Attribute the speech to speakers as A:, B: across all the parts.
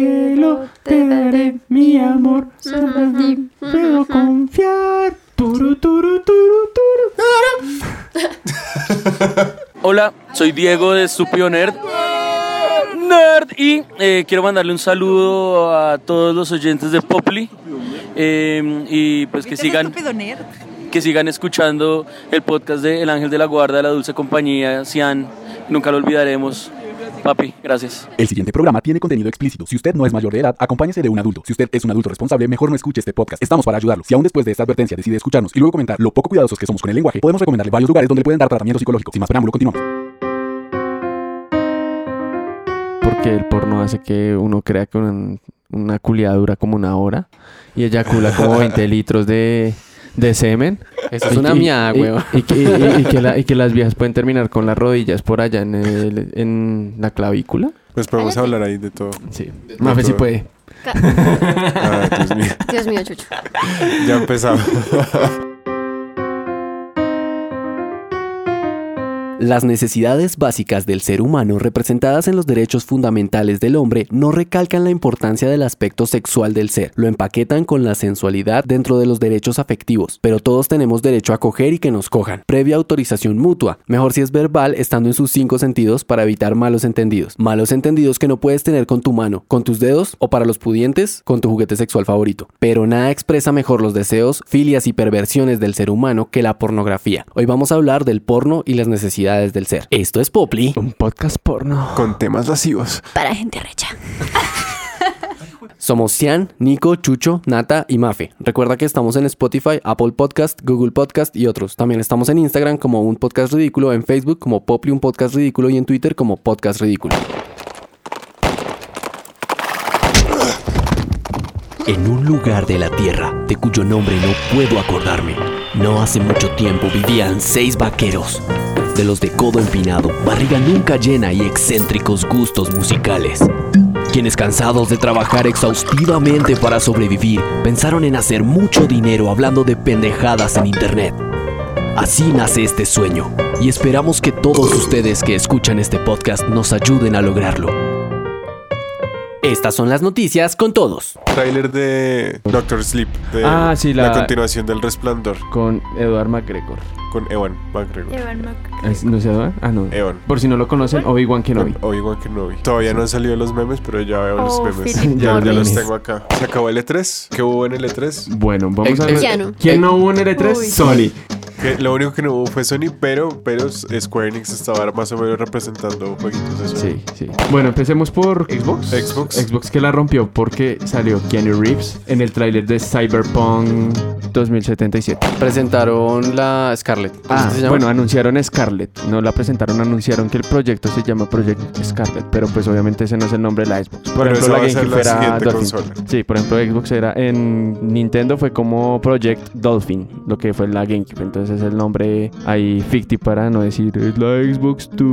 A: yo te daré mi amor. Solo en ti puedo confiar. Turu, turu, turu, turu.
B: Hola, soy Diego de Estúpido Nerd. Nerd y eh, quiero mandarle un saludo a todos los oyentes de Poply eh, y pues que sigan
C: Estúpido nerd.
B: que sigan escuchando el podcast de El Ángel de la Guarda, La Dulce Compañía, Cian, nunca lo olvidaremos. Papi, gracias.
D: El siguiente programa tiene contenido explícito. Si usted no es mayor de edad, acompáñese de un adulto. Si usted es un adulto responsable, mejor no escuche este podcast. Estamos para ayudarlo. Si aún después de esta advertencia decide escucharnos y luego comentar lo poco cuidadosos que somos con el lenguaje, podemos recomendarle varios lugares donde le pueden dar tratamiento psicológico. Sin más preámbulo, continuamos.
E: Porque el porno hace que uno crea que una, una culiada dura como una hora y eyacula como 20 litros de, de semen.
F: Eso es
E: Y-
F: una
E: y-
F: mierda,
E: y-
F: weón.
E: Y, que- y- y que la- y que las viejas pueden terminar con las rodillas por allá en, el- en la clavícula.
G: Pues podemos hablar ahí de todo.
E: Sí. Mafe sí puede.
G: Ah, Dios mío.
H: Dios mío, Chucho.
G: Ya empezamos.
F: Las necesidades básicas del ser humano representadas en los derechos fundamentales del hombre no recalcan la importancia del aspecto sexual del ser, lo empaquetan con la sensualidad dentro de los derechos afectivos, pero todos tenemos derecho a coger y que nos cojan, previa autorización mutua, mejor si es verbal estando en sus cinco sentidos para evitar malos entendidos, malos entendidos que no puedes tener con tu mano, con tus dedos o para los pudientes con tu juguete sexual favorito, pero nada expresa mejor los deseos, filias y perversiones del ser humano que la pornografía. Hoy vamos a hablar del porno y las necesidades del ser. Esto es Popli.
E: Un podcast porno.
G: Con temas lascivos.
H: Para gente recha.
F: Somos Cian, Nico, Chucho, Nata y Mafe. Recuerda que estamos en Spotify, Apple Podcast, Google Podcast y otros. También estamos en Instagram como Un Podcast Ridículo, en Facebook como Popli Un Podcast Ridículo y en Twitter como Podcast Ridículo.
I: En un lugar de la Tierra, de cuyo nombre no puedo acordarme, no hace mucho tiempo vivían seis vaqueros, de los de codo empinado, barriga nunca llena y excéntricos gustos musicales, quienes cansados de trabajar exhaustivamente para sobrevivir, pensaron en hacer mucho dinero hablando de pendejadas en Internet. Así nace este sueño, y esperamos que todos ustedes que escuchan este podcast nos ayuden a lograrlo.
F: Estas son las noticias con todos.
G: Trailer de Doctor Sleep. de
E: Ah, sí, la-
G: continuación del Resplandor
E: Con Eduard McGregor.
G: con Ewan McGregor.
E: ¿Es- ¿No es Eduard? Ah, no.
G: Ewan.
E: Por si no lo conocen, Obi-Wan Kenobi.
G: Con Obi-Wan Kenobi. Todavía no han salido los memes, pero ya veo los
H: Oh,
G: memes.
H: Philip
G: Ya, ya los
E: Morris.
G: tengo acá. Se acabó el E3. ¿Qué hubo en el E E3?
E: Bueno, vamos a ver.
H: Keanu.
J: Eh,
E: ¿Quién no hubo en el E3?
H: Uy.
E: Sony.
G: Que lo único que no hubo fue Sony, pero, pero Square Enix estaba más o menos representando jueguitos de Sony.
E: Sí, sí. Bueno, empecemos por Xbox.
G: Xbox.
E: Xbox que la rompió porque salió Keanu Reeves en el tráiler de Cyberpunk 2077.
F: Presentaron la Scarlett.
E: Ah,
F: ¿Así se llama?
E: bueno, anunciaron Scarlett. No la presentaron, anunciaron que el proyecto se llama Project Scarlett, pero pues obviamente ese no es el nombre de la Xbox. Por
G: Pero
E: ejemplo,
G: esa va a
E: la
G: ser
E: GameCube
G: la
E: era
G: siguiente
E: Dolphin.
G: consola.
E: Sí, por ejemplo, Xbox era en Nintendo fue como Project Dolphin, lo que fue la GameCube. Entonces el nombre ahí ficti para no decir es la Xbox 2.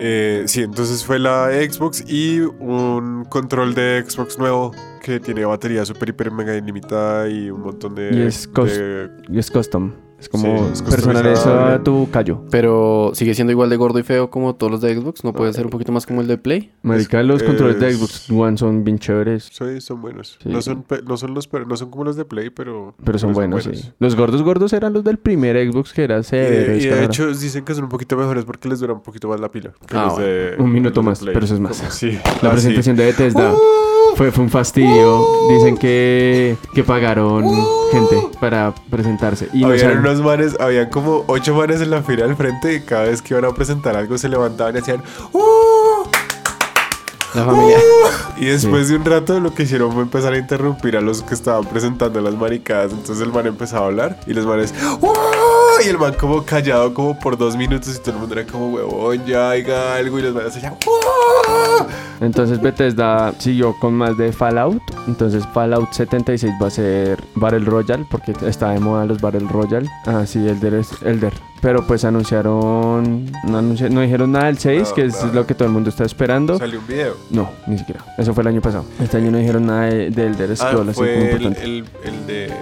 G: Eh, sí, entonces fue la Xbox y un control de Xbox nuevo que tiene batería super, hiper, mega ilimitada y un montón de.
E: Y es cost-
G: de-
E: Y es custom. Es
G: Sí,
E: como
G: es
E: personal eso
G: customizable.
E: a tu callo.
F: Pero sigue siendo igual de gordo y feo como todos los de Xbox. ¿No puede ser un poquito más como el de Play?
E: Marica,
G: Es-
E: los controles de
G: es-
E: Xbox One son bien chéveres.
G: Sí, son buenos.
E: Sí.
G: No, son, pe- no, son los, pe- no son como los de Play, pero.
E: Pero son buenos, sí. Los gordos gordos eran los del primer Xbox que era
G: Eh, Y
E: severo.
G: de, y de
E: descarado.
G: hecho dicen que son un poquito mejores porque les dura un poquito más la pila. que
F: Ah,
G: los de-
E: Un minuto
G: los de
E: más,
G: Play.
E: pero eso es más.
G: Como- Sí.
E: La
G: Ah, sí. Uh.
E: presentación de Bethesda fue, fue un fastidio. Dicen
J: eh,
E: que, Eh, que pagaron gente para presentarse. Y no
G: habían
E: saben-
G: unos manes, habían como ocho manes en la fila al frente y cada vez que iban a presentar algo se levantaban y hacían ¡Uh!
F: La familia.
G: Y después de un rato lo que hicieron fue empezar a interrumpir a los que estaban presentando las maricadas. Entonces el man empezaba a hablar y los manes... "¡Uh!", Y el man como callado como por dos minutos y todo el mundo era como huevón, ya diga algo y los manes allá... "¡Uh!".
E: Entonces Bethesda siguió con más de Fallout. Entonces Fallout 76 va a ser Battle Royale porque está de moda los Battle Royale. Ah, sí, Elder es Elder. Pero pues anunciaron, no, anunci- no dijeron nada del 6,
G: No,
E: que es
G: nada.
E: lo que todo el mundo está esperando.
G: Salió un video.
E: No, ni siquiera. Eso fue el año pasado. Este año no dijeron nada de, de Elder
G: Ah,
E: Scrolls, así como
G: fue el,
E: importante.
G: el- el de...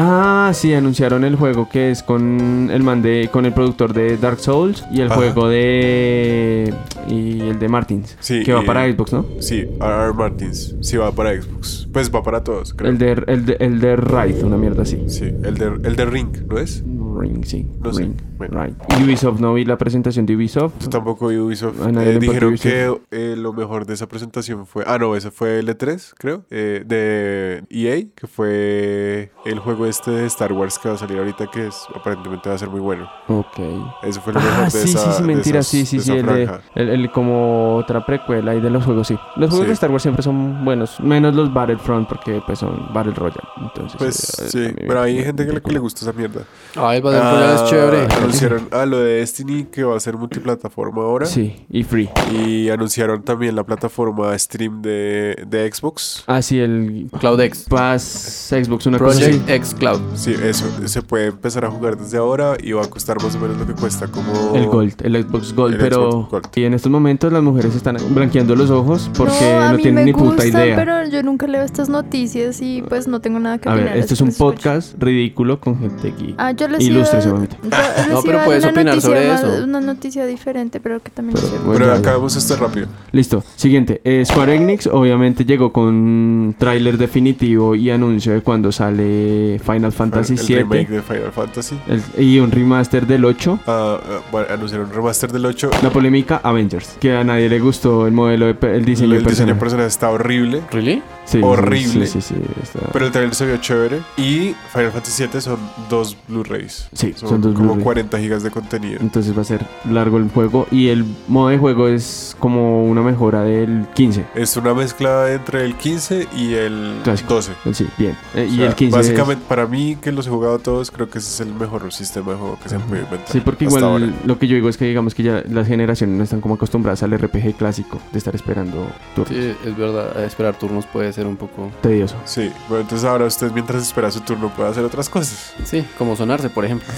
J: Ah, sí, anunciaron el juego que es con el man de, con el productor de Dark Souls y el
G: Ajá.
J: juego de y el de Martins,
G: Sí,
J: que va
G: y-
J: para Xbox, ¿no?
G: Sí, R.R. Martins. Sí, va para Xbox. Pues va para todos, creo.
J: El de el de el de Raid, una mierda así.
G: Sí, el de, el de Ring, ¿no es?
J: Ring, sí.
G: No sé.
J: Ring,
G: Bueno.
J: Raid. Y Ubisoft no vi la presentación de Ubisoft.
G: Yo tampoco vi Ubisoft.
J: A Ah, nadie
G: Eh,
J: le importa
G: dijeron
J: Ubisoft.
G: que eh, lo mejor de esa presentación fue. Ah, no, ese fue el E3, creo. eh, de EA, que fue el juego este de Star Wars que va a salir ahorita, que es aparentemente va a ser muy bueno.
J: Ok.
G: Eso fue lo mejor
J: Ah,
G: de
J: sí,
G: esa
J: sí, sí,
G: de
J: mentira,
G: esas-
J: sí, sí,
G: de
J: sí,
G: esa
J: el, de,
G: franja.
J: el, el como otra precuela y de los juegos, sí. Los juegos
G: Sí.
J: de Star Wars siempre son buenos, menos los Battlefront porque pues son Battle Royale, entonces...
G: Pues
J: eh,
G: sí,
J: también
G: pero hay
J: me-
G: gente que le, que le
J: película.
G: gusta esa mierda.
E: Ah, el Battle Royale es
G: Ah,
E: chévere.
G: Anunciaron ah, lo de Destiny que va a ser multiplataforma ahora.
J: Sí, y Free.
G: Y anunciaron también la plataforma stream de, de Xbox.
J: Ah, sí, el Pues,
E: CloudX.
J: Pass Xbox, una cosa así.
E: Project X Cloud.
G: Sí, eso se puede empezar a jugar desde ahora y va a costar más o menos lo que cuesta como
J: El Gold, el Xbox Gold,
G: El
J: pero...
G: Xbox Gold.
J: Y en estos momentos las mujeres están blanqueando los ojos porque
K: a
J: no,
K: mí
J: tienen
K: me
J: ni puta
K: gustan,
J: idea.
K: Pero yo nunca leo estas noticias y pues no tengo nada que
J: A ver,
K: opinar,
J: este es un
K: así que escucho.
J: podcast ridículo con gente aquí.
K: Ah, yo les
J: Ilustre,
K: iba-
J: seguramente.
K: yo les
E: No, pero
K: iba a dar
E: puedes
K: una
E: opinar
K: noticia
E: sobre
K: más-
E: eso.
K: Una noticia diferente, pero que también
J: Pero,
K: sirve.
J: bueno,
G: Pero
J: ya, ya.
G: acabemos esto rápido.
J: Listo. Siguiente. Eh, Square Enix obviamente llegó con tráiler definitivo y anuncio de cuando sale Final Fantasy
G: el
J: VII
G: remake de Final Fantasy.
J: el- y un remaster del 8.
G: Ah, ah, bueno, anunciaron un remaster del 8.
J: La polémica Avengers. Que a nadie le gustó el modelo, de pe- el diseño
G: el
J: de
G: diseño de
J: personaje.
G: personaje está horrible,
E: ¿Really?
J: Sí, sí,
G: horrible.
J: Sí, sí, sí. está-
G: pero el trailer se vio chévere. Y Final Fantasy VII son dos Blu-rays.
J: Sí, son dos
G: como
J: Blu-ray.
G: 40 gigas de contenido.
J: Entonces va a ser largo el juego y el modo de juego es como una mejora del 15.
G: Es una mezcla entre el 15 y el
J: Clásico.
G: 12.
J: Sí, bien. Eh,
G: O
J: y
G: sea,
J: el 15 es-
G: Básicamente, para mí, que los he jugado todos, creo que ese es el mejor sistema de juego que se han podido inventar.
J: Sí, porque
G: hasta
J: igual
G: ahora.
J: lo que yo digo es que digamos que ya las generaciones no están como acostumbradas al RPG clásico de estar esperando turnos.
E: Sí, es verdad. Esperar turnos puede ser un poco.
J: Tedioso.
G: Sí, bueno, entonces ahora usted mientras espera su turno puede hacer otras cosas.
E: Sí, como sonarse, por ejemplo.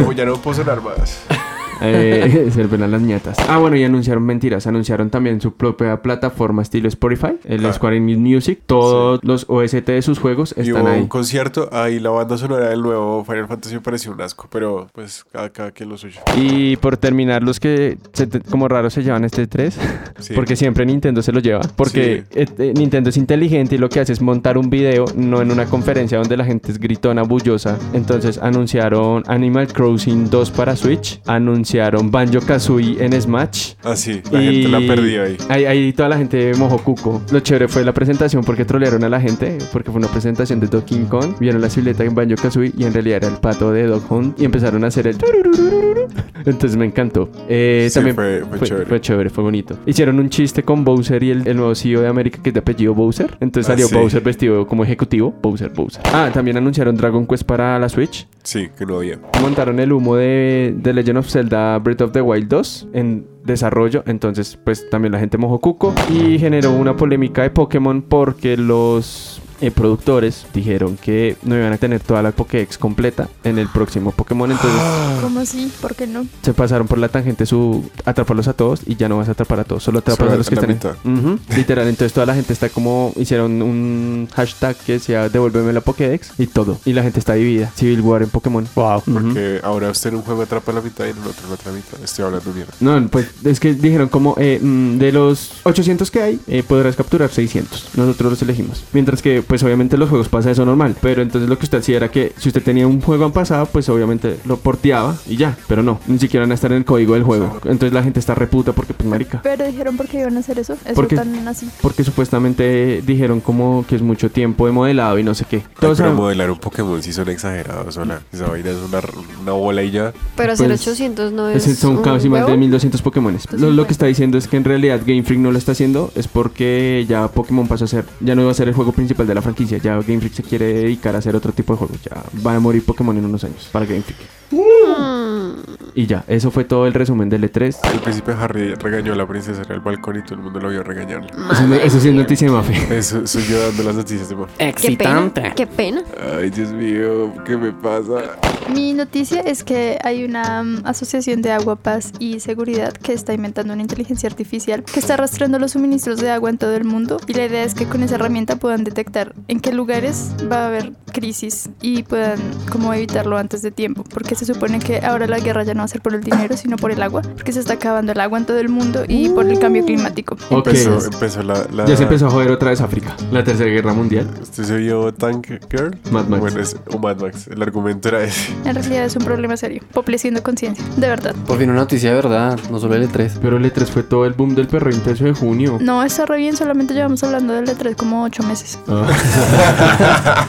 G: No, ya no puedo sonar más.
J: Eh, serven a las ñatas. Ah, bueno, y anunciaron mentiras. Anunciaron también su propia plataforma estilo Spotify, el
G: Ah.
J: Square Enix Music. Todos los OST de sus juegos
G: Y
J: están
G: hubo
J: ahí.
G: un concierto, ahí la banda sonora del nuevo Final Fantasy me pareció un asco, pero pues cada, cada quien lo suyo.
J: Y por terminar, los que se te- como raro se llevan este 3,
G: Sí.
J: porque siempre Nintendo se lo lleva. Porque
G: Sí.
J: eh, eh, Nintendo es inteligente y lo que hace es montar un video, no en una conferencia donde la gente es gritona, bullosa. Entonces anunciaron Animal Crossing 2 para Switch, anunciaron Banjo Kazooie en Smash.
G: Ah, sí, la gente la perdió ahí.
J: ahí. ahí toda la gente mojó cuco. Lo chévere fue la presentación porque trolearon a la gente, porque fue una presentación de Donkey Kong. Vieron la silueta en Banjo Kazooie y en realidad era el pato de Doc Hunt y empezaron a hacer el. turururururu. Entonces me encantó. Eh,
G: Sí,
J: también
G: fue- fue chévere.
J: fue fue bonito. Hicieron un chiste con Bowser y el, el nuevo CEO de América que es de apellido Bowser. Entonces
G: Ah,
J: salió
G: sí.
J: Bowser vestido como ejecutivo. Bowser, Bowser. Ah, también anunciaron Dragon Quest para la Switch.
G: Sí, que no había.
J: Montaron el humo de, de Legend of Zelda Breath of the Wild 2 en desarrollo, entonces pues también la gente mojó cuco y generó una polémica de Pokémon porque los eh, productores dijeron que no iban a tener toda la Pokédex completa en el próximo Pokémon, entonces
K: ¿Cómo así? ¿Por qué no?
J: se pasaron por la tangente su atraparlos a todos y ya no vas a atrapar a todos, solo atrapas
G: Solo
J: a los que
G: a la
J: están. en- Ujú, literal, entonces toda la gente está como hicieron un hashtag que decía devuélveme la Pokédex y todo y la gente está dividida. Civil War en Pokémon. Wow.
G: Porque ahora usted en un juego atrapa la mitad y en el otro la otra mitad. Estoy hablando mierda.
J: No, pues es que dijeron como eh, mm, de los 800 que hay, eh, podrás capturar 600. Nosotros los elegimos. Mientras que, pues obviamente los juegos pasa eso normal. Pero entonces lo que usted hacía era que si usted tenía un juego en pasado, pues obviamente lo porteaba y ya. Pero no, ni siquiera van a estar en el código del juego. Entonces la gente está reputa porque, pues marica.
K: Pero dijeron por qué iban a hacer eso. Eso
J: Porque-
K: tan así.
J: Porque supuestamente dijeron como que es mucho tiempo de modelado y no sé qué.
G: Ay,
J: Todos
G: pero
J: saben-
G: modelar un Pokémon si son exagerados. Hola. Esa vaina es una, una bola y ya.
H: Pero
J: Pues,
H: 0800 no es.
J: Ese son
H: Pues, un
J: casi más de
H: huevo.
J: 1200 Pokémon. Lo, lo que está diciendo es que en realidad Game Freak no lo está haciendo, es porque ya Pokémon pasó a ser, ya no iba a ser el juego principal de la franquicia, ya Game Freak se quiere dedicar a hacer otro tipo de juego, ya van a morir Pokémon en unos años para Game Freak.
H: Mm.
J: Y ya, eso fue todo el resumen E del E3.
G: El príncipe Harry regañó a la princesa en el balcón y todo el mundo lo vio regañarle.
J: Eso, no- eso sí es noticia de Mafe.
G: Eso soy yo dando las noticias de Maf.
H: Qué pena. Qué pena.
G: Ay, Dios mío, ¿qué me pasa?
K: Mi noticia es que hay una mm, asociación de agua, paz y seguridad que está inventando una inteligencia artificial que está rastreando los suministros de agua en todo el mundo y la idea es que con esa herramienta puedan detectar en qué lugares va a haber crisis y puedan como evitarlo antes de tiempo, porque se supone que ahora la guerra ya no va a ser por el dinero, sino por el agua, porque se está acabando el agua en todo el mundo y por el cambio climático.
J: Ok.
G: Empezó, empezó la, la-
J: Ya se empezó a joder otra vez África. La tercera guerra mundial.
G: ¿Usted se vio Tank Girl?
J: Mad Max.
G: Bueno, es, o Mad Max. El argumento era ese.
K: En realidad es un problema serio, popleciendo conciencia, de verdad.
E: Por fin una noticia de verdad, no solo L3.
J: Pero el E3 fue todo el boom del perro intenso de junio.
K: No está re bien, solamente llevamos hablando del E3 como ocho meses.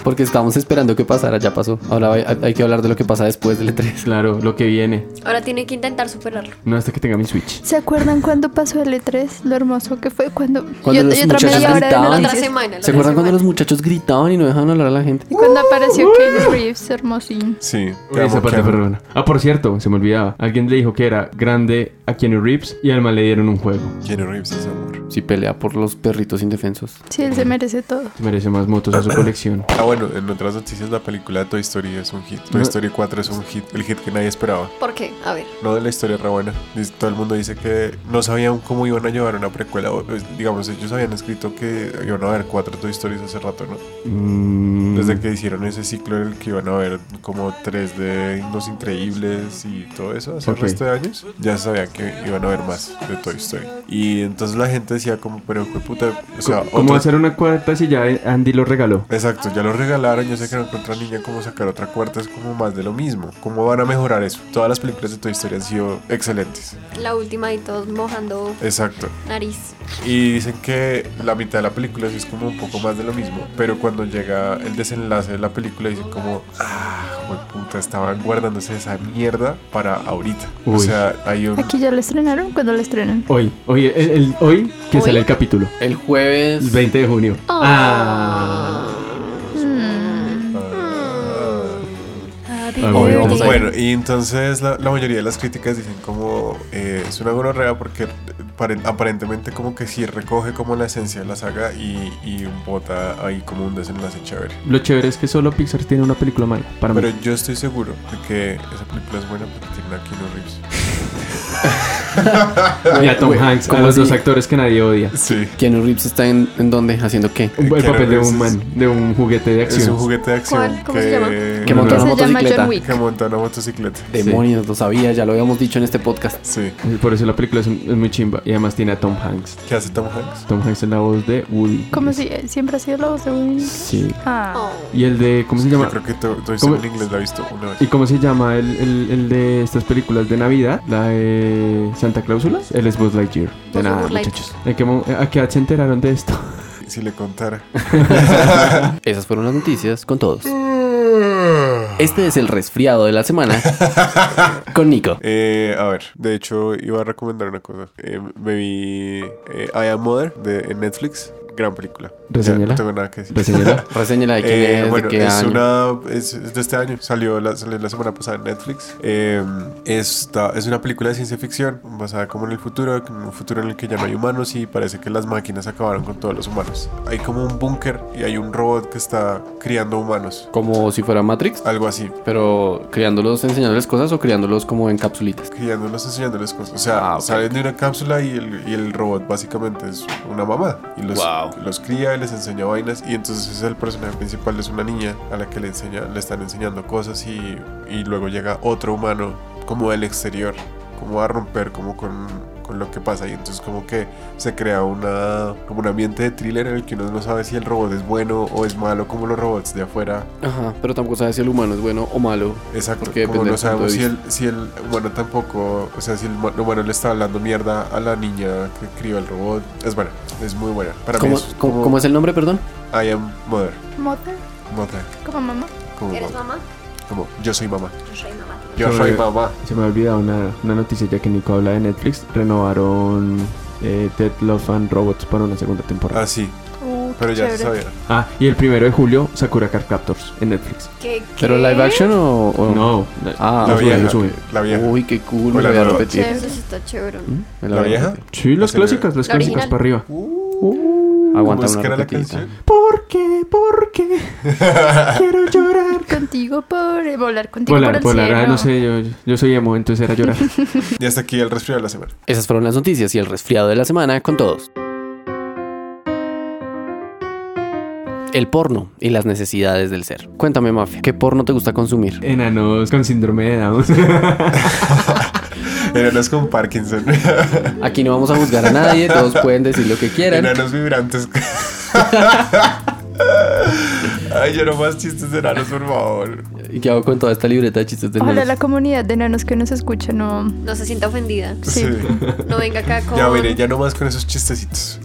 E: Porque estábamos esperando que pasara, ya pasó. Ahora hay, hay que hablar de lo que pasa después del E E3.
J: Claro, lo que viene.
H: Ahora tiene que intentar superarlo.
J: No hasta que tenga mi Switch.
K: ¿Se acuerdan cuando pasó el E3? Lo hermoso que fue cuando,
E: Cuando los muchachos
K: de
E: gritaban.
H: La otra
K: noticias.
H: semana. la
E: ¿Se
H: otra
E: acuerdan cuando los
H: semana.
E: muchachos gritaban y no dejaban hablar a la gente?
K: Y cuando apareció Keanu Reeves, hermosín.
G: Sí. te
J: Esa
G: amo,
J: parte
G: Keanu.
J: fue re buena. Ah, por cierto, se me olvidaba. Alguien le dijo que era grande a Keanu Reeves y además le dieron un juego.
G: Keanu Reeves es amor.
E: Si pelea por los perritos indefensos.
K: Sí, él se merece todo.
J: Se merece más motos en su colección.
G: Ah, bueno, en otras noticias la película Toy Story es un hit. Toy Story 4 es un hit. El hit que nadie esperaba.
H: ¿Por qué? A ver.
G: No de la historia re buena. Dice- Todo el mundo dice que no sabían cómo iban a llevar una precuela. O, pues, Digamos, ellos habían escrito que iban a haber cuatro Toy Stories hace rato, ¿no?
J: Mm,
G: Desde que hicieron ese ciclo en el que iban a haber como 3D, Los Increíbles y todo eso hace
J: Ok.
G: el resto de años, ya sabían que iban a haber más de Toy Story. Y entonces la gente decía como, pero qué puta, o sea,
J: ¿Cómo
G: otro-
J: hacer una cuarta si ya Andy lo regaló?
G: Exacto, ya lo regalaron, yo sé que no encuentran niña cómo sacar otra cuarta, es como más de lo mismo. ¿Cómo van a mejorar eso? Todas las películas de Toy Story han sido excelentes.
H: La última y todos mojando
G: Exacto.
H: nariz.
G: Y dicen que la mitad de la película sí es como un poco más de lo mismo, pero cuando llega el desenlace de la película dicen como, ah, puta, estaban guardándose esa mierda para ahorita. O
J: Uy.
G: sea, hay un...
K: Aquí ya lo estrenaron cuando lo estrenan.
J: Hoy, hoy, el- el- hoy que
H: Hoy.
J: sale el capítulo.
E: El
J: El
E: jueves.
J: 20 de junio. Ah,
G: Obvio,
J: bueno,
G: vamos
J: vamos
G: a-
J: ahí.
G: Bueno, y entonces la, la mayoría de las críticas dicen como eh, es una gonorrea porque pare- aparentemente como que sí recoge como la esencia de la saga y, y bota ahí como un desenlace chévere.
J: Lo chévere es que solo Pixar tiene una película mala. Para
G: Pero
J: mí.
G: yo estoy seguro de que esa película es buena porque tiene a Keanu Reeves.
J: Y a Tom Hanks, a
E: ¿cómo
J: los dos
E: así?
J: actores que nadie odia.
G: Sí.
E: Keanu Reeves está en, en dónde, haciendo qué.
J: Un- El
G: Keanu
J: papel de
G: Reeves
J: un
G: Eh, es-
J: man, de un juguete de
G: Es un
J: acción.
G: juguete de acción
H: ¿Cuál? ¿Cómo se llama?
G: que,
E: Que
J: no,
E: montó una
H: Se
J: no.
H: llama
E: motocicleta.
H: John Wick.
G: que monta una motocicleta.
E: Demonios, lo sabía, ya lo habíamos dicho en este podcast.
G: Sí.
J: Por eso la película es, un- es muy chimba. Y además tiene a Tom Hanks.
G: ¿Qué hace Tom Hanks?
J: Tom Hanks es la voz de Woody.
K: Como si él siempre ha sido la voz de Woody.
J: Sí.
K: Ah,
H: Oh.
J: Y el de. ¿Cómo se
G: Yo
J: llama?
G: creo que to- Toy
J: ¿Cómo?
G: Story en inglés la he visto una vez.
J: ¿Y cómo se llama el, el- el de estas películas de Navidad? La de Santa Clausula. Él es Buzz Lightyear. De
H: Buzz
J: nada,
H: Lightyear.
J: muchachos. ¿En qué mo- ¿A qué edad se enteraron de esto?
G: Si le contara.
E: Esas fueron las noticias con todos. Este es el resfriado de la semana con Nico.
G: Eh, a ver, de hecho iba a recomendar una cosa. Eh, me vi eh, I Am Mother de, en Netflix. Gran película.
J: Reséñala.
G: Ya, No tengo nada que decir.
J: Reseñala.
E: Reseñala de quién
G: Eh,
E: es,
G: bueno,
E: de qué
G: es
E: año.
G: una es, es de este año, salió la, salió la semana pasada en Netflix. Eh, esta- es una película de ciencia ficción basada como en el futuro, en un futuro en el que ya no hay humanos y parece que las máquinas acabaron con todos los humanos. Hay como un búnker y hay un robot que está criando humanos,
E: Como si fuera Matrix,
G: algo así.
E: pero criándolos, enseñándoles cosas o criándolos como en capsulitas.
G: criándolos, enseñándoles cosas. O sea,
E: Ah, ok.
G: salen de una cápsula y el, y el robot básicamente es una mamá. Y los, los cría, les enseña vainas. Y entonces el personaje principal es una niña a la que le, enseña, le están enseñando cosas y, y luego llega otro humano como del exterior, como a romper como con, con lo que pasa. Y entonces como que se crea una, como un ambiente de thriller en el que uno no sabe si el robot es bueno o es malo como los robots de afuera.
E: Ajá, pero tampoco sabes si el humano es bueno o malo.
G: Exacto,
E: Porque
G: como
E: depende
G: no
E: del punto de
G: sabemos si el, si el humano tampoco, o sea, si el huma- humano le está hablando mierda a la niña que crió el robot. Es buena, es muy buena. Para mí
E: ¿Cómo,
G: es
E: cómo-
G: como
E: cómo es el nombre, perdón?
G: I am mother,
K: ¿Mother?
G: mother,
K: ¿Como mamá?
G: como,
H: ¿Eres
G: mamá,
H: mamá?
G: como yo soy mamá.
H: Yo soy mamá.
G: Yo
J: Sobre-
G: soy mamá.
J: Se me ha olvidado una, una noticia ya que Nico habla de Netflix. Renovaron eh, Dead Love and Robots para una segunda temporada.
G: Ah, sí,
K: Uh,
G: pero
K: qué
G: ya se
K: chévere.
G: sabía.
J: Ah, y el primero de julio, Sakura Card Captors en Netflix.
H: ¿Qué, qué?
E: ¿Pero live action o...? o-
J: No,
E: Ah,
G: la
J: lo
E: ok.
J: suben, lo
G: vieja,
J: suben.
G: la vieja.
E: Uy, qué cool, me
G: Hola,
E: la voy a
G: Noro.
E: repetir.
H: Eso sí está chévere.
E: Me
G: ¿La
E: voy a
G: vieja?
E: repetir.
J: Sí, las
G: La serie-
J: clásicas, las
H: la
J: clásicas
H: original.
J: para arriba.
G: ¿Cómo
E: Aguanta
G: es
E: una
G: que era la
E: repetidita.
G: canción?
A: ¿Por qué? ¿Por qué? Quiero llorar.
K: Contigo por... eh, Volar contigo por
J: Polar,
K: el
J: polar,
K: cielo.
J: ah, no sé, yo, yo soy emo, entonces era llorar.
G: Y hasta aquí el resfriado de la semana.
E: Esas fueron las noticias y el resfriado de la semana con todos. El porno y las necesidades del ser. Cuéntame, Mafia, ¿qué porno te gusta consumir?
J: Enanos con síndrome de Down.
G: Enanos con Parkinson.
E: Aquí no vamos a juzgar a nadie, todos pueden decir lo que quieran.
G: Enanos vibrantes. Ay, yo no más chistes de enanos, por favor.
E: ¿Y qué hago con toda esta libreta de chistes de
K: Ojalá
E: nerds?
K: la comunidad de enanos que nos escucha no...
H: No se sienta ofendida.
K: Sí.
H: No venga acá con.
G: Ya veré, ya no más con esos chistecitos.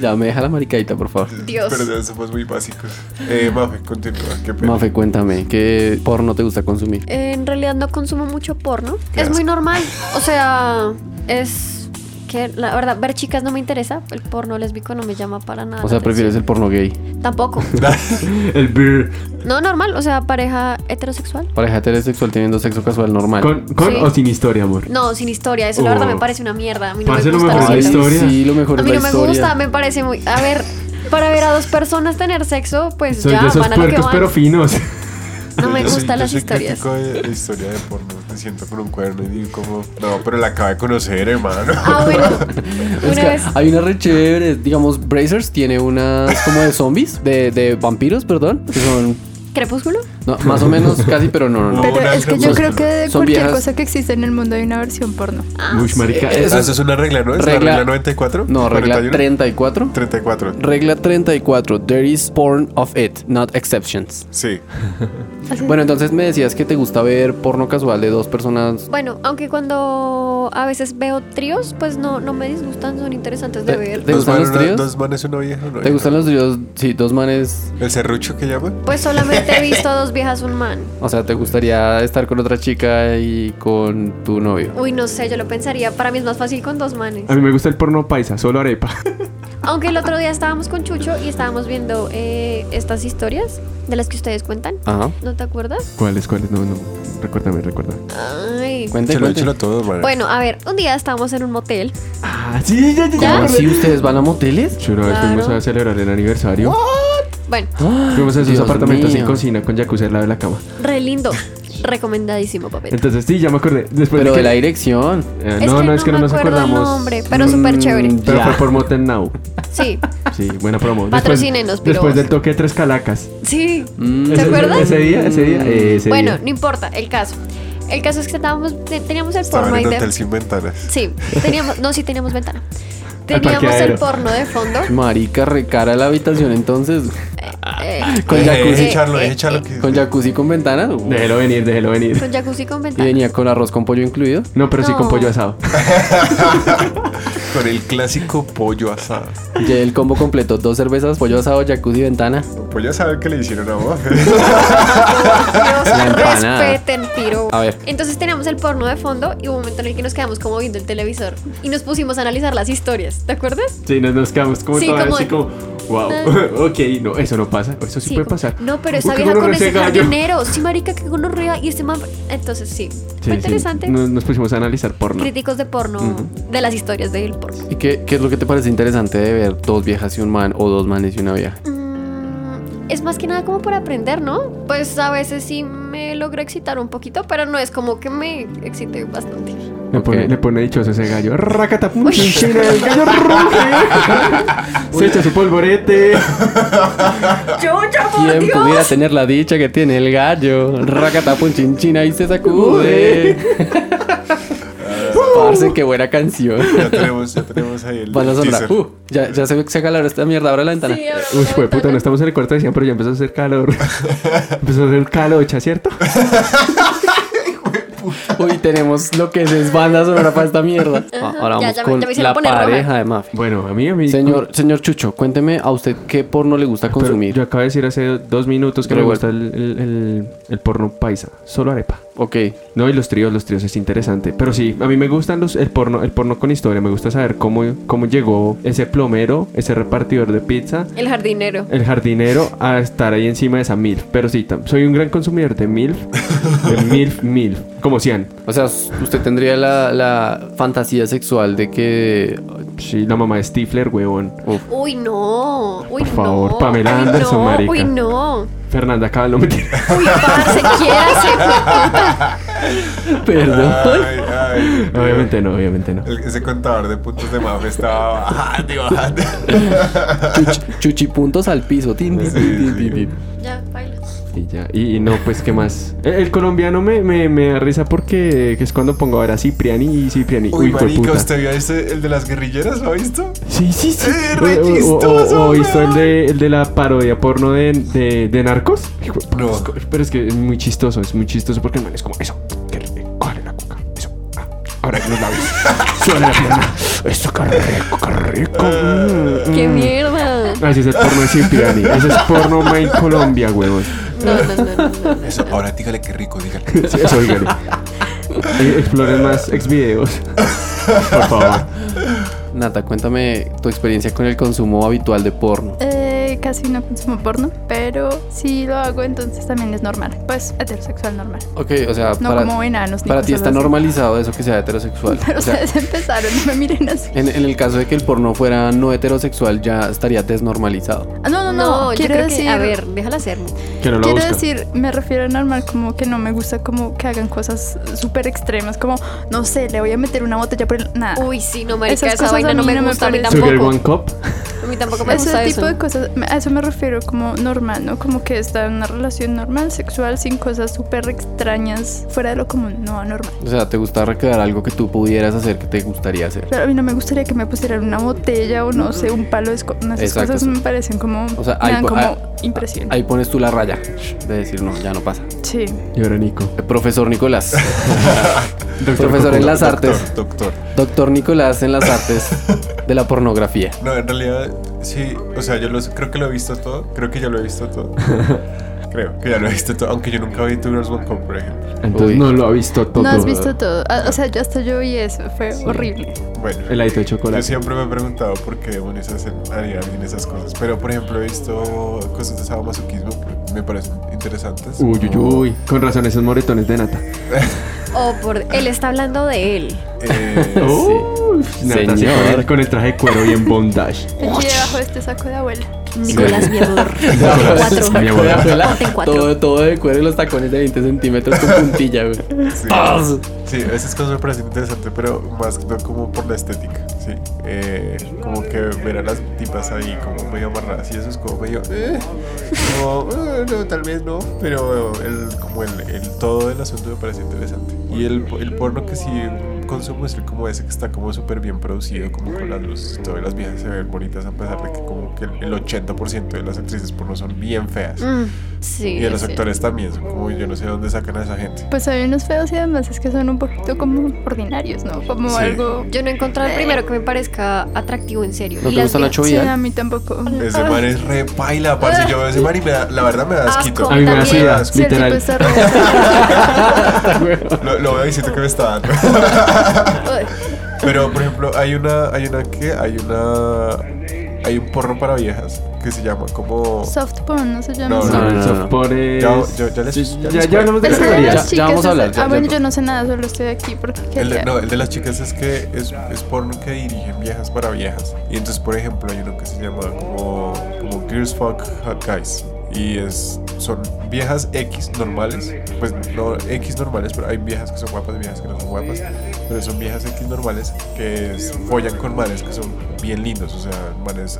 E: Ya me deja la maricadita, por favor.
H: Dios.
G: Pero ya somos muy básicos. Eh, Mafe, continúa. Qué pena.
E: Mafe, cuéntame, ¿qué porno te gusta consumir?
H: En realidad no consumo mucho porno.
G: Qué
H: es
G: asco.
H: muy normal. O sea, es que la verdad, ver chicas no me interesa. El porno lésbico Ah, no me llama para nada.
E: O sea,
H: la
E: prefieres el porno gay.
H: atención. Tampoco.
J: El beer.
H: No, normal. O sea, pareja heterosexual.
E: Pareja heterosexual teniendo sexo casual normal.
J: ¿Con, con
H: Sí.
J: o sin historia, amor?
H: No, sin historia. Eso la
J: Oh.
H: verdad me parece una mierda. A mí no
J: Parce,
H: me
J: lo
H: gusta.
J: mejor
H: la
J: de la
H: verdad.
J: historia.
E: Sí, lo mejor
H: A
E: es
H: mí
E: la
H: no me
E: historia.
H: gusta. Me parece muy. A ver, para ver a dos personas tener sexo, pues
J: Soy
H: ya
J: de esos
H: van a lo que
J: puercos,
H: van.
J: pero finos.
H: No me
G: Yo soy-
H: gustan las
G: yo soy
H: historias.
G: crítico de, de historia de porno. Me siento con un cuerno y digo como, no, pero la acabo de conocer, hermano.
H: Ah, bueno.
E: Es
H: Una
E: que
H: vez.
E: hay unas re chéveres, digamos, Brazers tiene unas como de zombies, de, de vampiros, perdón, que son
H: ¿Crepúsculo?
E: no, más o menos casi, pero no, no, no.
K: Pero
G: Una
K: es que yo
G: crepúsculo.
K: creo que de
E: Son
K: cualquier
E: viejas.
K: cosa que existe en el mundo hay una versión porno.
J: Uy, marica.
E: Eh,
G: Ah, Eso es una regla, ¿no? ¿Es
E: Regla-
G: la regla 94?
E: No, regla
G: 41?
E: 34.
G: 34.
E: Regla 34, there is porn of it, not exceptions.
G: Sí.
E: Bueno, entonces me decías que te gusta ver porno casual de dos personas.
H: Bueno, aunque cuando a veces veo tríos, pues no, no me disgustan, son interesantes de
E: Eh,
H: ver.
E: ¿Te
G: Dos
E: gustan
G: manes,
E: los
G: una-
E: tríos?
G: Dos manes, una vieja. una
E: ¿Te
G: vieja.
E: gustan los tríos? Sí, dos manes.
G: ¿El serrucho que llaman?
H: Pues solamente he visto a dos viejas un man.
E: O sea, ¿te gustaría estar con otra chica y con tu novio?
H: Uy, no sé, yo lo pensaría. Para mí es más fácil con dos manes.
J: A mí me gusta el porno paisa, solo arepa.
H: Aunque el otro día estábamos con Chucho y estábamos viendo eh, estas historias de las que ustedes cuentan.
E: Ajá.
H: ¿No te acuerdas?
J: ¿Cuáles, cuáles? No, no. Recuérdame, recuérdame.
H: Ay.
E: Cuente,
G: Échalo,
E: cuente.
G: échalo todo, hermano.
H: Bueno, a ver, un día estábamos en un motel.
J: Ah, sí, ya, ya,
H: ¿Ya?
E: ¿Así ustedes van a moteles?
J: Churo,
H: Claro.
J: fuimos a celebrar el aniversario.
H: Bueno,
J: ¿Ah? Fuimos a esos
E: Dios
J: apartamentos
E: mío.
J: sin cocina con jacuzzi al lado de la cama.
H: re lindo. Recomendadísimo, papel.
J: Entonces, sí, ya me acordé. Después
E: Pero
J: de
E: de
J: que,
E: la dirección.
J: Eh,
H: Es
J: no,
H: que
J: no, es que no
H: me
J: nos
H: acuerdo el
J: acordamos. Mm.
H: nombre, pero súper chévere.
J: Pero
E: Ya.
J: fue por Motel Now.
H: Sí,
J: Sí, buena promo.
H: Patrocínenos,
J: después,
H: pirobos.
J: después del toque de tres calacas.
H: sí.
E: Mm,
J: Ese-
H: acuerdas?
J: Ese día, ese día, eh, ese
H: Bueno,
J: día.
H: no importa, el caso. El caso es que estábamos, te- teníamos el
G: Estaba
H: porno
G: en
H: ahí
G: un
H: de-
G: hotel sin ventanas.
H: Sí, teníamos, no, sí teníamos ventana.
J: Al
H: Teníamos el
J: parqueadero.
H: porno de fondo.
J: eh.
E: Marica, recara la habitación entonces.
H: eh,
E: Con
G: Eh,
E: jacuzzi.
G: deje echarlo,
H: eh,
G: deje echarlo.
H: eh,
G: que-
E: Con jacuzzi con ventana. uh,
J: Déjelo venir, déjelo venir.
H: con jacuzzi con
E: Y
H: ventana.
E: venía con arroz con pollo incluido.
J: No, pero sí con
H: No.
J: pollo asado.
G: Con el clásico pollo asado.
E: Y el combo completo, dos cervezas, pollo asado, jacuzzi, ventana.
G: Pollo asado que le hicieron a vos.
E: La
H: Dios,
E: empanada.
H: respeten, piro.
E: A ver.
H: Entonces teníamos el porno de fondo y hubo un momento en el que nos quedamos como viendo el televisor y nos pusimos a analizar las historias, ¿te acuerdas?
J: Sí, nos, nos quedamos como
H: Sí,
J: todavía
H: como- "Ah".
J: así como, wow, ok, no, eso no pasa, eso sí, puede
H: como-
J: pasar.
H: No, pero esa
J: Uy, qué
H: vieja con
J: gonorrea
H: ese
J: ese gallo.
H: jardinero, sí, marica, que gonorrea y este man. Entonces sí,
J: Sí,
H: fue
J: sí,
H: interesante.
J: Nos, nos pusimos a analizar porno.
H: Críticos de porno, de las historias del porno.
E: ¿Y qué, qué es lo que te parece interesante de ver dos viejas y un man o dos manes y una vieja?
H: Mm, Es más que nada como por aprender, ¿no? Pues a veces sí me logro excitar un poquito, pero no es como que me excite bastante.
J: Le, pone,
E: Ok.
J: le pone dichoso ese gallo. Racata, pum, chin, chin, el gallo ruge. Se echa su polvorete.
E: ¿Quién pudiera tener la dicha que tiene el gallo? Racatapun chinchina y se sacude. Parce, qué buena canción.
G: ya tenemos, ya tenemos ahí el
E: Van a sonar.
G: teaser.
E: Uh, ya, ya se, se acaloró esta mierda, abra la ventana.
J: Uy, fue puta, no estamos en el cuarto decían, pero ya empezó a hacer calor. empezó a hacer calocha, ¿cierto?
E: Uy, tenemos lo que es, es banda sonora para esta mierda. Ah, Ahora
H: Ya,
E: vamos
H: ya me-
E: con
H: ya me hicieron
E: la
H: poner roja.
E: pareja de Mafia.
J: Bueno, a mí, a mí.
E: Señor, señor Chucho, cuénteme a usted qué porno le gusta
J: Pero
E: consumir.
J: yo acabo de decir hace dos minutos que
E: Pero
J: me
E: igual.
J: gusta el, el- el- el porno paisa, solo arepa.
E: Ok,
J: No, y los tríos, los tríos es interesante. Pero sí, a mí me gustan los, el porno, el porno con historia. Me gusta saber cómo, cómo llegó ese plomero, ese repartidor de pizza,
H: El jardinero.
J: el jardinero a estar ahí encima de esa MILF. Pero sí, tam- soy un gran consumidor de MILF, de MILF, MILF, como Cian.
E: o sea, s- usted tendría la, la fantasía sexual de que...
J: Sí, la mamá de Stifler, huevón.
H: Uy, no. Uy,
J: Por favor,
H: no.
J: Pamela
H: Uy,
J: Anderson,
H: no.
J: marica.
H: Uy, no.
J: Fernanda Cabal, no me
H: Uy, parce, ¿qué hace?
E: Perdón.
G: Ay, ay, Ay,
J: Obviamente no, obviamente no.
G: el- ese contador de puntos de Mafre estaba bajando y bajando.
E: Chuchi, chuchipuntos al piso. Tin, tin, tin, tin, tin, tin.
H: Ya, baila.
J: Y ya, y, y no, pues, ¿qué más? El, el colombiano me, me, me da risa porque que es cuando pongo ahora Cipriani y Cipriani.
G: Uy,
J: fue
G: marica,
J: puta.
G: ¿usted vio ese, el de las guerrilleras? ¿Lo ha visto?
J: Sí, sí, sí.
G: Eh, re
J: O- o- o-
G: chistoso,
J: o, visto el
G: weón.
J: de, el de la parodia porno de, de, de narcos. Hijo de puta,
G: No.
J: es co- Pero es que es muy chistoso, es muy chistoso porque el man es como eso. Que re- cógele la coca. Eso. ah, Ahora que los labios. Suena la pierna. Eso, qué rico, qué rico.
G: Ah.
J: mm,
H: ¡Qué
J: mm.
H: mierda!
J: Así es el porno de Cipriani. Ese es porno made Colombia, huevos.
H: No, no, no, no, no.
G: Eso, ahora dígale qué rico, dígale.
J: Sí, eso, dígale. Eh, Exploren más exvideos. Por favor.
E: Nata, cuéntame tu experiencia con el consumo habitual de porno.
K: Eh, casi no consumo porno, pero si lo hago, entonces también es normal. Pues heterosexual normal.
E: Ok, o sea,
K: No
E: para,
K: como enanos. ni
E: para ti
K: cosas
E: está
K: así.
E: normalizado eso que sea heterosexual.
K: Pero
E: O sea,
K: ustedes empezaron, no me miren así.
E: en, en el caso de que el porno fuera no heterosexual, ya estaría desnormalizado.
K: Ah, No, no, no.
H: No, yo
K: quiero
H: creo
K: decir,
H: que. A ver, déjala ser.
J: Que no lo
K: Quiero
J: busca.
K: decir, me refiero a normal como que no me gusta como que hagan cosas súper extremas, como, no sé, le voy a meter una botella por el... Nada.
H: Uy, sí, no, marica,
K: Ah. Esas
H: esa
K: cosas
H: vaina
K: a
H: no
K: mí
H: me
K: no me
H: gusta. A mí
K: parecen.
J: Sugar
H: tampoco.
J: One Cup.
H: A mí tampoco me
K: Ese
H: gusta
K: tipo
H: eso.
K: de cosas, me- a eso me refiero como normal, ¿no? Como que está en una relación normal, sexual, sin cosas súper extrañas, fuera de lo común, no normal.
E: O sea, te gusta recrear algo que tú pudieras hacer que te gustaría hacer.
K: Pero a mí no me gustaría que me pusieran una botella o no sé, un palo de esco- no, Esas
E: Exacto,
K: cosas
E: sí.
K: me parecen como...
E: O sea,
K: me
E: ahí
K: dan
E: po- ah,
K: como
E: ahí-
K: impresión.
E: Ahí pones tú la raya de decir, no, ya no pasa.
K: sí.
J: Y ahora Nico.
E: Eh, Profesor Nicolás. Profesor en las artes.
G: Doctor, doctor.
E: Doctor Nicolás en las artes de la pornografía.
G: No, en realidad, sí, o sea, yo los, creo que lo he visto todo. Creo que ya lo he visto todo. creo que ya lo he visto todo, aunque yo nunca vi Two Girls One Cup, por ejemplo.
J: Entonces
E: Uy.
J: no lo ha visto todo.
K: No has visto todo. Ah, O sea, yo hasta yo vi eso, fue horrible.
G: Bueno.
J: El ladito de
G: Yo
J: chocolate.
G: siempre me he preguntado por qué demonios hacen, haría alguien esas cosas. Pero, por ejemplo, he visto cosas de sadomasoquismo que me parecen interesantes.
J: Uy, uy, uy. Con razón, esos moretones de nata.
H: Oh, por... Él está hablando de él.
G: Eh,
J: Uy, nata, sí,
E: Señor.
J: con, el, con el traje de cuero y en bondage.
K: Aquí debajo de este saco de abuela.
H: Nicolás Viador. Cuatro.
J: Mi abuela.
H: Ponte en cuatro.
E: Todo, todo de cuero y los tacones de 20 centímetros con puntilla, güey.
G: sí,
E: ¡Paz!
G: sí, esas cosas me parecen interesantes, pero más no como por la estética. Sí, Eh, como que ver a las tipas ahí como medio amarradas y eso es como medio. eh, como, eh, no, tal vez no, pero el, como el, el todo del asunto me parece interesante. Y el, el porno que sí consumo es el como ese que está como súper bien producido, como con las luces y todo, y las viejas se ven bonitas a pesar de que como que el 80% de las actrices porno son bien feas.
H: Mm, sí.
G: Y de los
H: sí.
G: actores también, son como yo no sé dónde sacan a esa gente.
K: Pues hay unos feos y además es que son un poquito como ordinarios, ¿no? Como
G: Sí.
K: algo...
H: Yo no he encontrado el primero que me parezca atractivo en serio.
E: ¿No
H: Y
E: te
H: las
E: gusta
H: vi-
E: Nacho
K: Sí,
E: Vidal?
K: a mí tampoco.
G: Ese man es re paila, parce. Yo veo ese man y me da- la verdad me da asquito.
H: Asco.
J: A mí me da
H: También.
J: ansiedad,
K: Si el tipo
J: literal.
K: está re-
G: Lo, lo veo y siento que me está dando. Pero, por ejemplo, hay una, hay una que, hay una, hay un porno para viejas que se llama como...
K: soft porn, no se llama
G: No,
K: así.
J: No,
E: no,
J: el
E: no,
J: soft
E: no.
J: porn es-
G: Ya, ya- ya les- ya
J: ya,
G: les
J: ya hablamos de
K: Pero
E: Ya,
K: de las
J: categorías.
E: ya vamos a hablar,
K: es-
E: ya,
K: ah,
E: ya.
K: bueno, yo no sé nada, solo estoy aquí porque
G: El
K: quería.
G: de, no, el de las chicas es que es, es porno que dirigen viejas para viejas. Y entonces, por ejemplo, hay uno que se llama como, como Girls Fuck Hot Guys. Y es, son viejas X normales. Pues no X normales, pero hay viejas que son guapas, viejas que no son guapas. Pero son viejas X normales que es- follan con manes que son bien lindos. O sea, manes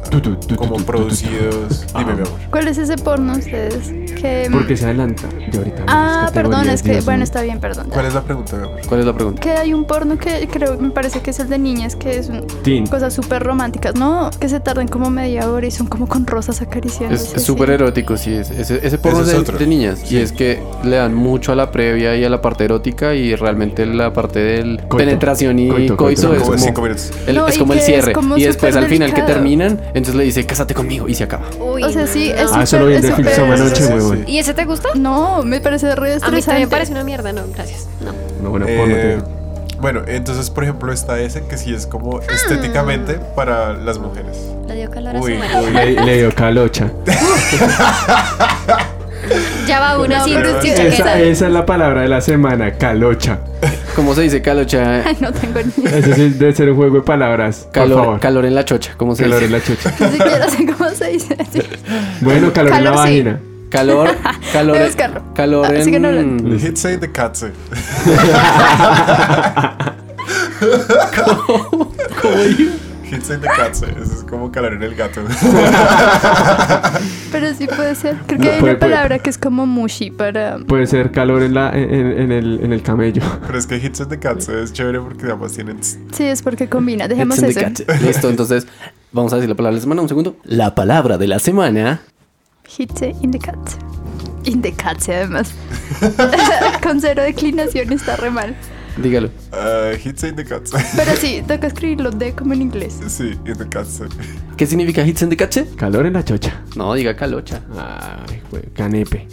G: como producidos. Dime, mi amor.
K: ¿Cuál es ese porno ustedes? Que...
J: Porque se adelanta. Yo ahorita.
K: Ah,
J: las
K: perdón,
J: categorías,
K: es que.
J: Dios
K: Bueno,
J: mío.
K: está bien, perdón.
G: ¿Cuál es la pregunta, mi amor?
E: ¿Cuál es la pregunta?
K: Que hay un porno que creo, me parece que es el de niñas, que es un-
J: Teen.
K: cosas súper románticas, ¿no? Que se tardan como media hora y son como con rosas acariciando.
E: Es es súper erótico, sí. es- ese, ese porno
G: Ese es
E: es de,
G: otro.
E: de niñas. Y es que le dan mucho a la previa y a la parte erótica y realmente la parte del
J: Coito.
E: penetración y
J: Coito,
E: coito,
J: coito.
E: es Pues
G: Como de
E: como,
G: cinco minutos.
E: el,
K: No,
E: es
K: y
E: como el
K: que es
E: cierre.
K: como
E: y después
K: súper
E: al final que
K: delicado.
E: terminan, entonces le dice, cásate conmigo y se acaba.
H: Uy,
K: O sea, sí, es
J: Ah, eso lo vi en The
K: súper- es
J: Film
K: súper-
J: anoche,
G: Sí, sí,
J: huevón.
H: ¿Y ese te gusta?
K: No, me parece re
H: A mí
K: estresante.
H: también parece una mierda, no, gracias. No.
J: Una buena porno.
G: Eh,
J: tío.
G: bueno, entonces, por ejemplo, está ese que sí es como estéticamente para las mujeres.
H: Le dio calor a
G: Uy,
H: su marido.
G: uy.
J: Le, le dio calocha.
H: Ya va una sin
G: pero
H: tus
G: esa-
J: Esa,
H: chaqueta.
J: esa es la palabra de la semana, calocha.
E: ¿Cómo se dice calocha?
K: Ay, no tengo ni
J: Ese sí debe ser un juego de palabras. por
E: Calor,
J: favor.
E: calor en la chocha, ¿cómo se
J: calor en
E: dice?
J: la chocha.
K: Ni siquiera sé cómo se dice.
J: Bueno, calor, en la
H: Calor, sí.
J: vagina.
E: Calor, calor,
K: Voy a buscarlo.
E: calor
K: Ah, sigan hablando.
E: en...
G: Hit say the cat say. Hit say the cat say. Eso es como calor en el gato.
K: Pero sí puede ser. Creo que hay
J: puede, puede.
K: una palabra que es como mushi para.
J: Puede ser calor en, la, en, en el, en el camello.
G: Pero es que Hit say the cat say es chévere porque además tienen. tss.
K: Sí, es porque combina. Dejemos
E: It's in
K: eso.
E: the cat. Listo, entonces vamos a decir la palabra de la semana. Un segundo. La palabra de la semana.
K: Hitze in the cat. In the cat, además. Con cero declinación está re mal.
E: Dígalo.
G: Uh, hit say the cat say.
K: Pero sí, toca escribirlo de como en inglés.
G: Sí, in the cat say.
E: ¿Qué significa hits in the cache?
J: Calor en la chocha.
E: No, diga calocha. Ah,
J: Ay, jue- canepe.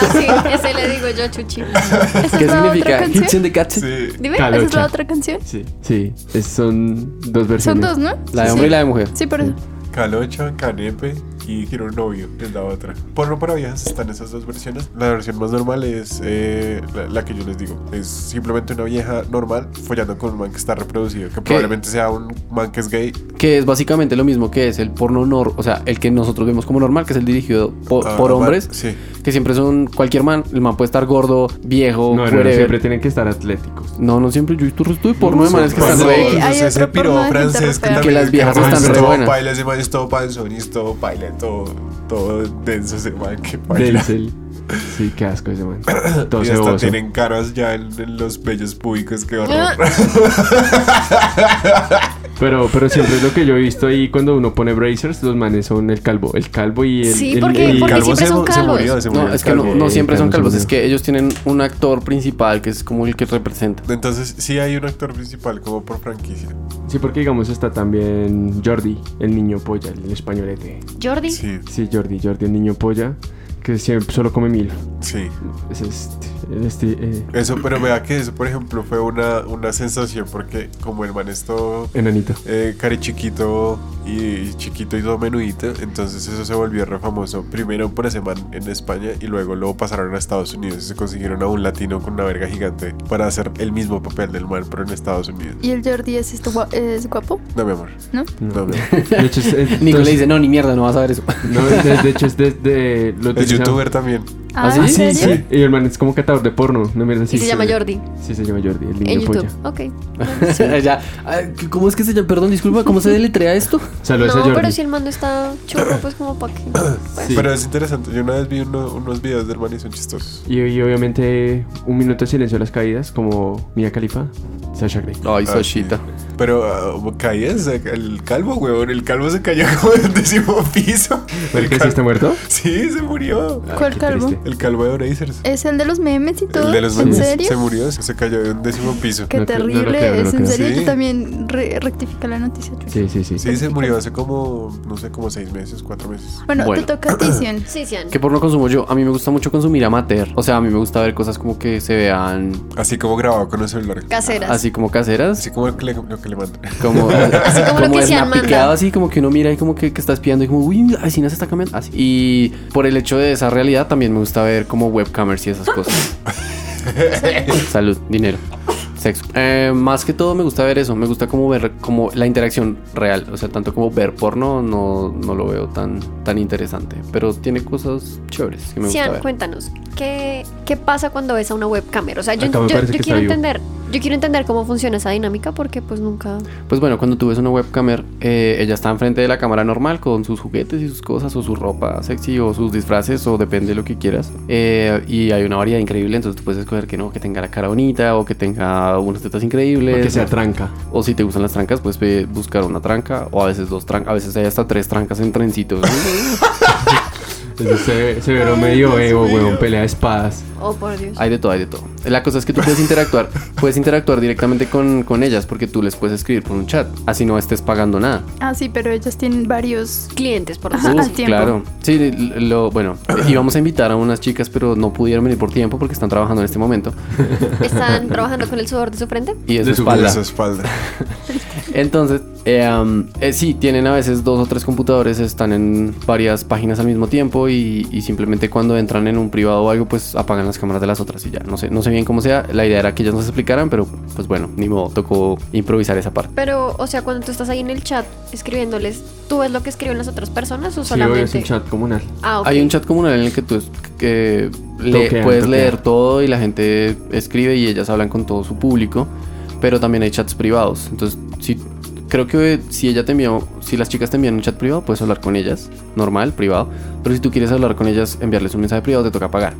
H: Así, ese le digo yo, Chuchi.
K: ¿Esa
E: ¿Qué
K: es la otra
E: significa hits in
K: canción?
E: the cache?
G: Sí.
H: Dime.
K: ¿Esa es la
J: Calocha.
K: otra canción?
J: Sí, sí. es- son dos versiones.
K: Son dos, ¿no?
E: La de
K: Sí.
E: hombre y la de mujer.
K: Sí, por eso.
G: Calocha, canepe y quiero un novio es la otra. Porno para viejas están esas dos versiones. La versión más normal es eh, la, la que yo les digo. Es simplemente una vieja normal follando con un man que está reproducido, que probablemente sea un man que es gay.
E: Que es básicamente lo mismo que es el porno nor, o sea, el que nosotros vemos como normal, que es el dirigido po-
G: Ah,
E: por
G: man,
E: hombres,
G: Sí.
E: que siempre son cualquier man. El man puede estar gordo, viejo,
J: No, no, no,
E: whatever.
J: siempre tienen que estar atléticos.
E: No, no siempre. Yo estuve estuve porno de manes que
G: Pues
E: están
G: no,
E: re
K: Sí,
G: pues
K: hay
G: ese
K: otra
G: piro
K: forma de
G: francés
K: interpretar.
G: también
E: Que las
G: es
E: viejas
G: man
E: están
G: es
E: re
G: todo
E: buenas.
G: Paila, ese man es todo panzón y es todo paila, todo, todo denso ese man que paila.
J: Denzel. Sí, qué asco ese man. Todo
G: Y hasta
J: ceboso.
G: tienen caras ya en, en los bellos públicos, que
H: Ah,
G: horror.
J: Pero, pero siempre es lo que yo he visto ahí cuando uno pone bracers, los manes son el calvo. El calvo y el.
H: Sí,
J: el-
H: porque-
J: el-
H: porque-
G: Calvo
H: siempre
G: se,
H: son
G: se
H: calvos.
G: murió, se murió
E: No,
G: el
E: es que no,
G: calvo.
E: no siempre son
J: Carlos
E: calvos, es
J: Unido.
E: que ellos tienen un actor principal que es como el que representa.
G: Entonces, sí hay un actor principal como por franquicia.
J: Sí, porque digamos está también Jordi, el niño polla, el españolete.
H: Jordi.
G: Sí,
J: Sí, Jordi, Jordi, el niño polla, que siempre solo come mil.
G: sí.
J: Ese es este, el esti- eh,
G: Eso, pero vea que eso, por ejemplo, fue una, una sensación porque como el man es todo
J: enanito.
G: eh, cari chiquito y chiquito y todo menudito, entonces eso se volvió re famoso. Primero por ese man en España y luego lo pasaron a Estados Unidos y se consiguieron a un latino con una verga gigante para hacer el mismo papel del man, pero en Estados Unidos.
K: ¿Y el Jordi es, esto, gua- es guapo?
G: No, mi amor.
K: ¿No?
G: No, mi amor.
J: De hecho, es- es-
E: Nico le dice, no, ni mierda, no vas a ver eso.
J: No, de, de hecho es desde. lo
G: El
J: utilizan-
G: youtuber también.
K: Ah,
J: sí,
K: ¿en
J: sí,
K: serio?
J: sí. Y el man es como catador de porno. No mierda, sí,
H: Y se llama Jordi.
J: Sí, se llama Jordi, el niño
H: En
J: polla.
H: YouTube. Ok.
E: Ya, ay, ¿Cómo es que se llama? Perdón, disculpa, ¿cómo se deletrea esto?
J: Saludos a
H: No,
J: Jordi.
H: pero si el man no está churro, pues como para qué. Pues,
J: Sí.
G: Pero es interesante. Yo una vez vi uno- unos videos del man y son chistosos.
J: Y, y obviamente un minuto de silencio a las caídas, como Mia Khalifa, Sasha Grey.
E: Ay,
G: Ah, sí.
E: Soshita.
G: Pero ah, caías, eh, el calvo, weón. El calvo se cayó como del décimo piso.
J: ¿El que sí
G: calvo-
J: está muerto?
G: Sí, se murió.
K: ¿Cuál calvo?
J: triste.
G: El calvo de Brazers.
K: ¿Es el de los memes y todo?
G: El de los
K: ¿En
G: memes.
K: serio?
G: Se murió, se se cayó de un décimo piso.
K: Qué
J: No creo- no lo
K: terrible
J: creo, no lo
K: es, en
J: creo.
K: serio,
G: Sí.
K: yo también re- rectifica la noticia. Chucho.
J: Sí, sí, sí.
G: Sí, se murió hace como, no sé, como seis meses, cuatro meses.
K: Bueno,
E: Bueno.
K: te toca a ti, Sion.
H: sí, Sian.
E: ¿Qué porno consumo yo? A mí me gusta mucho consumir amateur. O sea, a mí me gusta ver cosas como que se vean
G: Así como grabado con el celular.
H: Caseras.
E: así como caseras.
G: Así como el que le- lo que le mandan.
E: Como,
H: Así como lo que se han
E: snapeado,
H: mandado.
E: así como que uno mira y como que, que está espiando y como, uy, mira, vecina se está cambiando. Así. Y por el hecho de esa realidad también me gusta ver como webcamers y esas cosas. Salud, dinero, sexo. Eh, más que todo me gusta ver eso, me gusta como ver como la interacción real. O sea, tanto como ver porno no, no lo veo tan, tan interesante. Pero tiene cosas chéveres que me gusta
H: Sian,
E: ver.
H: cuéntanos, ¿qué, ¿qué pasa cuando ves a una webcamer? O sea, yo,
J: Acá me
H: yo-
J: parece
H: yo
J: que
H: quiero
J: está vivo.
H: entender, yo quiero entender cómo funciona esa dinámica porque pues nunca...
E: Pues bueno, cuando tú ves una webcamer, eh, ella está enfrente de la cámara normal con sus juguetes y sus cosas, o su ropa sexy, o sus disfraces, o depende de lo que quieras. Eh, y hay una variedad increíble, entonces tú puedes escoger que no, que tenga la cara bonita, o que tenga unas tetas increíbles.
J: Que sea tranca.
E: O si te gustan las trancas, pues ve- buscar una tranca, o a veces dos trancas, a veces hay hasta tres trancas en trencitos.
J: Entonces se, se veró medio ego, weón, pelea de espadas.
H: Oh, por Dios.
E: Hay de todo, hay de todo. La cosa es que tú puedes interactuar, puedes interactuar directamente con, con ellas porque tú les puedes escribir por un chat, así no estés pagando nada.
K: Ah, sí, pero ellas tienen varios.
H: Clientes, por
K: Ajá.
H: Dios.
K: al
E: Uf,
K: tiempo.
E: Claro. Sí, lo, bueno, íbamos a invitar a unas chicas, pero no pudieron venir por tiempo porque están trabajando en este momento.
H: ¿Están trabajando con el sudor de su frente?
E: Y es de
G: De
E: espalda.
G: su espalda.
E: Entonces, Eh, um, eh, sí, tienen a veces dos o tres computadores, están en varias páginas al mismo tiempo y, y simplemente cuando entran en un privado o algo, pues apagan las cámaras de las otras y ya. No sé, no sé bien cómo sea. La idea era que ellos nos explicaran, pero pues bueno, ni modo, tocó improvisar esa parte.
H: Pero, o sea, cuando tú estás ahí en el chat escribiéndoles, ¿tú ves lo que escriben las otras personas o
J: Sí, obvio, es
H: solamente?
J: un chat comunal.
H: Ah, ok.
E: Hay un chat comunal en el que tú es- que le-
J: Toquean,
E: puedes
J: toquean.
E: leer todo y la gente escribe y ellas hablan con todo su público, pero también hay chats privados. Entonces, si, creo que si ella te envió, si las chicas te envían un chat privado, puedes hablar con ellas, normal, privado. Pero si tú quieres hablar con ellas, enviarles un mensaje privado, te toca pagar.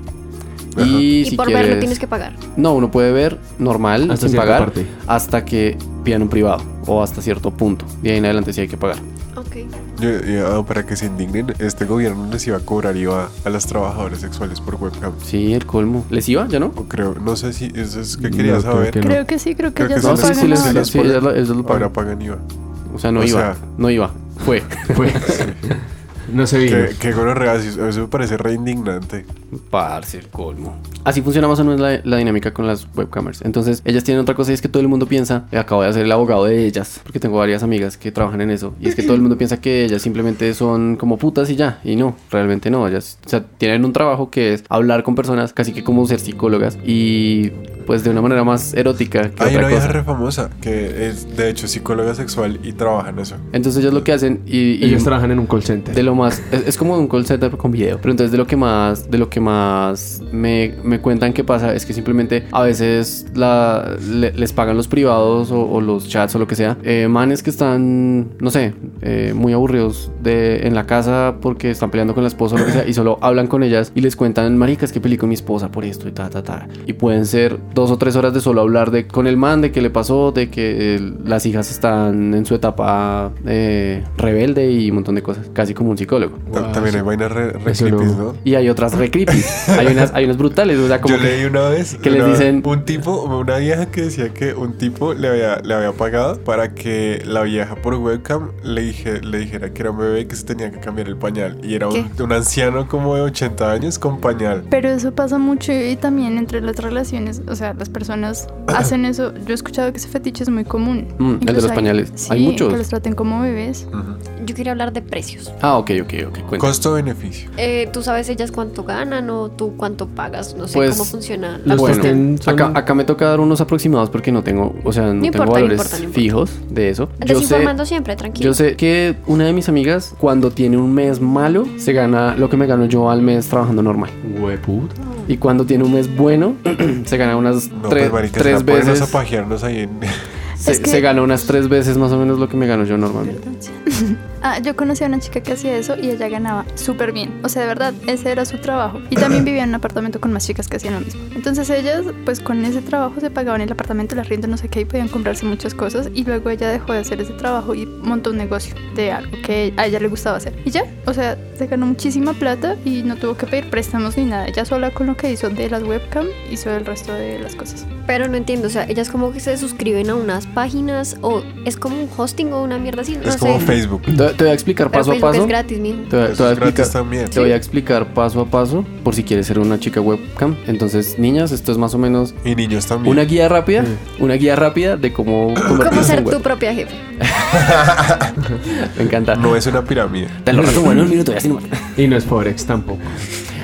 E: Y,
H: Y
E: si
H: por
E: quieres,
H: verlo tienes que pagar.
E: no, uno puede ver normal
J: Hasta
E: sin
J: cierta
E: pagar
J: parte.
E: hasta que pidan un privado o hasta cierto punto. De ahí en adelante sí hay que pagar.
H: Ok.
G: Yo- yo- ah, para que se indignen, este gobierno les iba a cobrar IVA a las trabajadoras sexuales por webcam.
E: Sí, el colmo. ¿Les iba? ¿Ya no?
G: O creo, no sé si eso es que
J: No,
G: quería
J: creo
G: saber.
J: que no.
K: Creo que sí, creo que
G: Creo
K: ya
G: que sí,
K: se
E: No,
K: lo
G: sí,
E: sí,
K: pagan
E: sí, les-
G: sí,
K: ahora.
G: les-
E: sí, ellas lo- ellas lo pagan.
G: Ahora pagan IVA.
E: O sea, no
G: O
E: iba.
G: sea-
E: no iba. Fue. Fue.
J: No se vino.
G: Que, que gonorrea, sí, eso me parece re indignante.
E: Parce, el colmo. Así funciona más o menos la, la dinámica con las webcamers. Entonces, ellas tienen otra cosa y es que todo el mundo piensa, eh, acabo de hacer el abogado de ellas, porque tengo varias amigas que trabajan en eso, y es que todo el mundo piensa que ellas simplemente son como putas y ya, y no, realmente no, ellas, o sea, tienen un trabajo que es hablar con personas, casi que como ser psicólogas, y pues de una manera más erótica que
G: Hay
E: otra
G: una vieja
E: cosa.
G: re famosa que es, de hecho, psicóloga sexual y trabaja en eso.
E: Entonces ellos lo que hacen y, y
J: Ellos trabajan en un call center.
E: De lo más, es, es como un call center con video, pero entonces de lo que más, de lo que más me, me cuentan que pasa es que simplemente a veces la, le- les pagan los privados o, o los chats o lo que sea, eh, manes que están, no sé, eh, muy aburridos de, en la casa porque están peleando con la esposa o lo que sea y solo hablan con ellas y les cuentan, maricas, que peleé con mi esposa por esto y ta, ta, ta. Y pueden ser dos o tres horas de solo hablar de, con el man, de qué le pasó, de que eh, las hijas están en su etapa eh, rebelde y un montón de cosas, casi como un psicólogo.
G: Ta- También hay vainas re, re
J: Eso
G: creepies,
J: no.
G: ¿no?
E: Y hay otras re creepy. Hay unas, hay unas brutales, o sea, como
G: Yo
E: que-
G: leí una vez
E: que les
G: una-
E: dicen-
G: un tipo, una vieja que decía que un tipo le había, le había pagado para que la vieja por webcam le, dije, le dijera que era un bebé que se tenía que cambiar el pañal. Y era un, un anciano como de 80 años con pañal.
K: Pero eso pasa mucho y también entre las relaciones, o sea, las personas hacen eso. Yo he escuchado que ese fetiche es muy común.
E: Mm, el de
K: Incluso
E: los
K: hay-
E: pañales.
K: sí,
E: Hay muchos.
K: Que los traten como bebés.
H: Yo quería hablar de precios.
E: Ah, ok, ok, ok. cuenta.
G: Costo-beneficio.
H: Eh, ¿Tú sabes ellas cuánto ganan o tú cuánto pagas? No sé
E: Pues,
H: cómo funciona. la
J: los
E: bueno,
H: cuestión.
J: costen son-
E: acá, acá me toca dar unos aproximados porque no tengo, o sea, no, tengo
H: importa, no
E: valores
H: importa, no importa.
E: fijos de eso. Yo sé,
H: Desinformando siempre, tranquilo.
E: yo sé que una de mis amigas, cuando tiene un mes malo, se gana lo que me gano yo al mes trabajando normal. Y cuando tiene un mes bueno, se gana unas
G: No,
E: tres,
G: pues marica,
E: tres
G: será ponernos
E: veces.
G: a pajearnos ahí en...
E: Se,
K: Es que-
E: se gana unas tres veces más o menos lo que me gano yo normalmente.
K: Ah, yo conocí a una chica que hacía eso y ella ganaba súper bien. O sea, de verdad, ese era su trabajo. Y también vivía en un apartamento con más chicas que hacían lo mismo. Entonces ellas, pues con ese trabajo se pagaban el apartamento, la rienda, no sé qué, y podían comprarse muchas cosas. Y luego ella dejó de hacer ese trabajo y montó un negocio de algo que a ella le gustaba hacer. Y ya, o sea, se ganó muchísima plata y no tuvo que pedir préstamos ni nada. Ella sola con lo que hizo de las webcam, hizo el resto de las cosas.
H: Pero no entiendo, o sea, ellas como que se suscriben a unas páginas o es como un hosting o una mierda así, no
G: es
H: sé.
G: como Facebook.
E: Te, te voy a explicar
H: Pero
E: paso a
H: Facebook
E: paso.
H: es gratis, mijo.
E: Te voy a- te
G: Eso
E: voy a
G: es Pues, gratis
E: explicar-
G: también.
E: Te voy a explicar paso a paso por si quieres ser una chica webcam. Entonces, niñas, esto es más o menos
G: Y niños también.
E: una guía rápida, una guía rápida de cómo
H: ¿Cómo
E: convertirse
H: ser
E: en
H: tu
E: web.
H: propia jefe?
E: Me encanta.
G: No es una pirámide.
E: Te lo resumo en un minuto y así nomás.
J: Y no es Forex tampoco.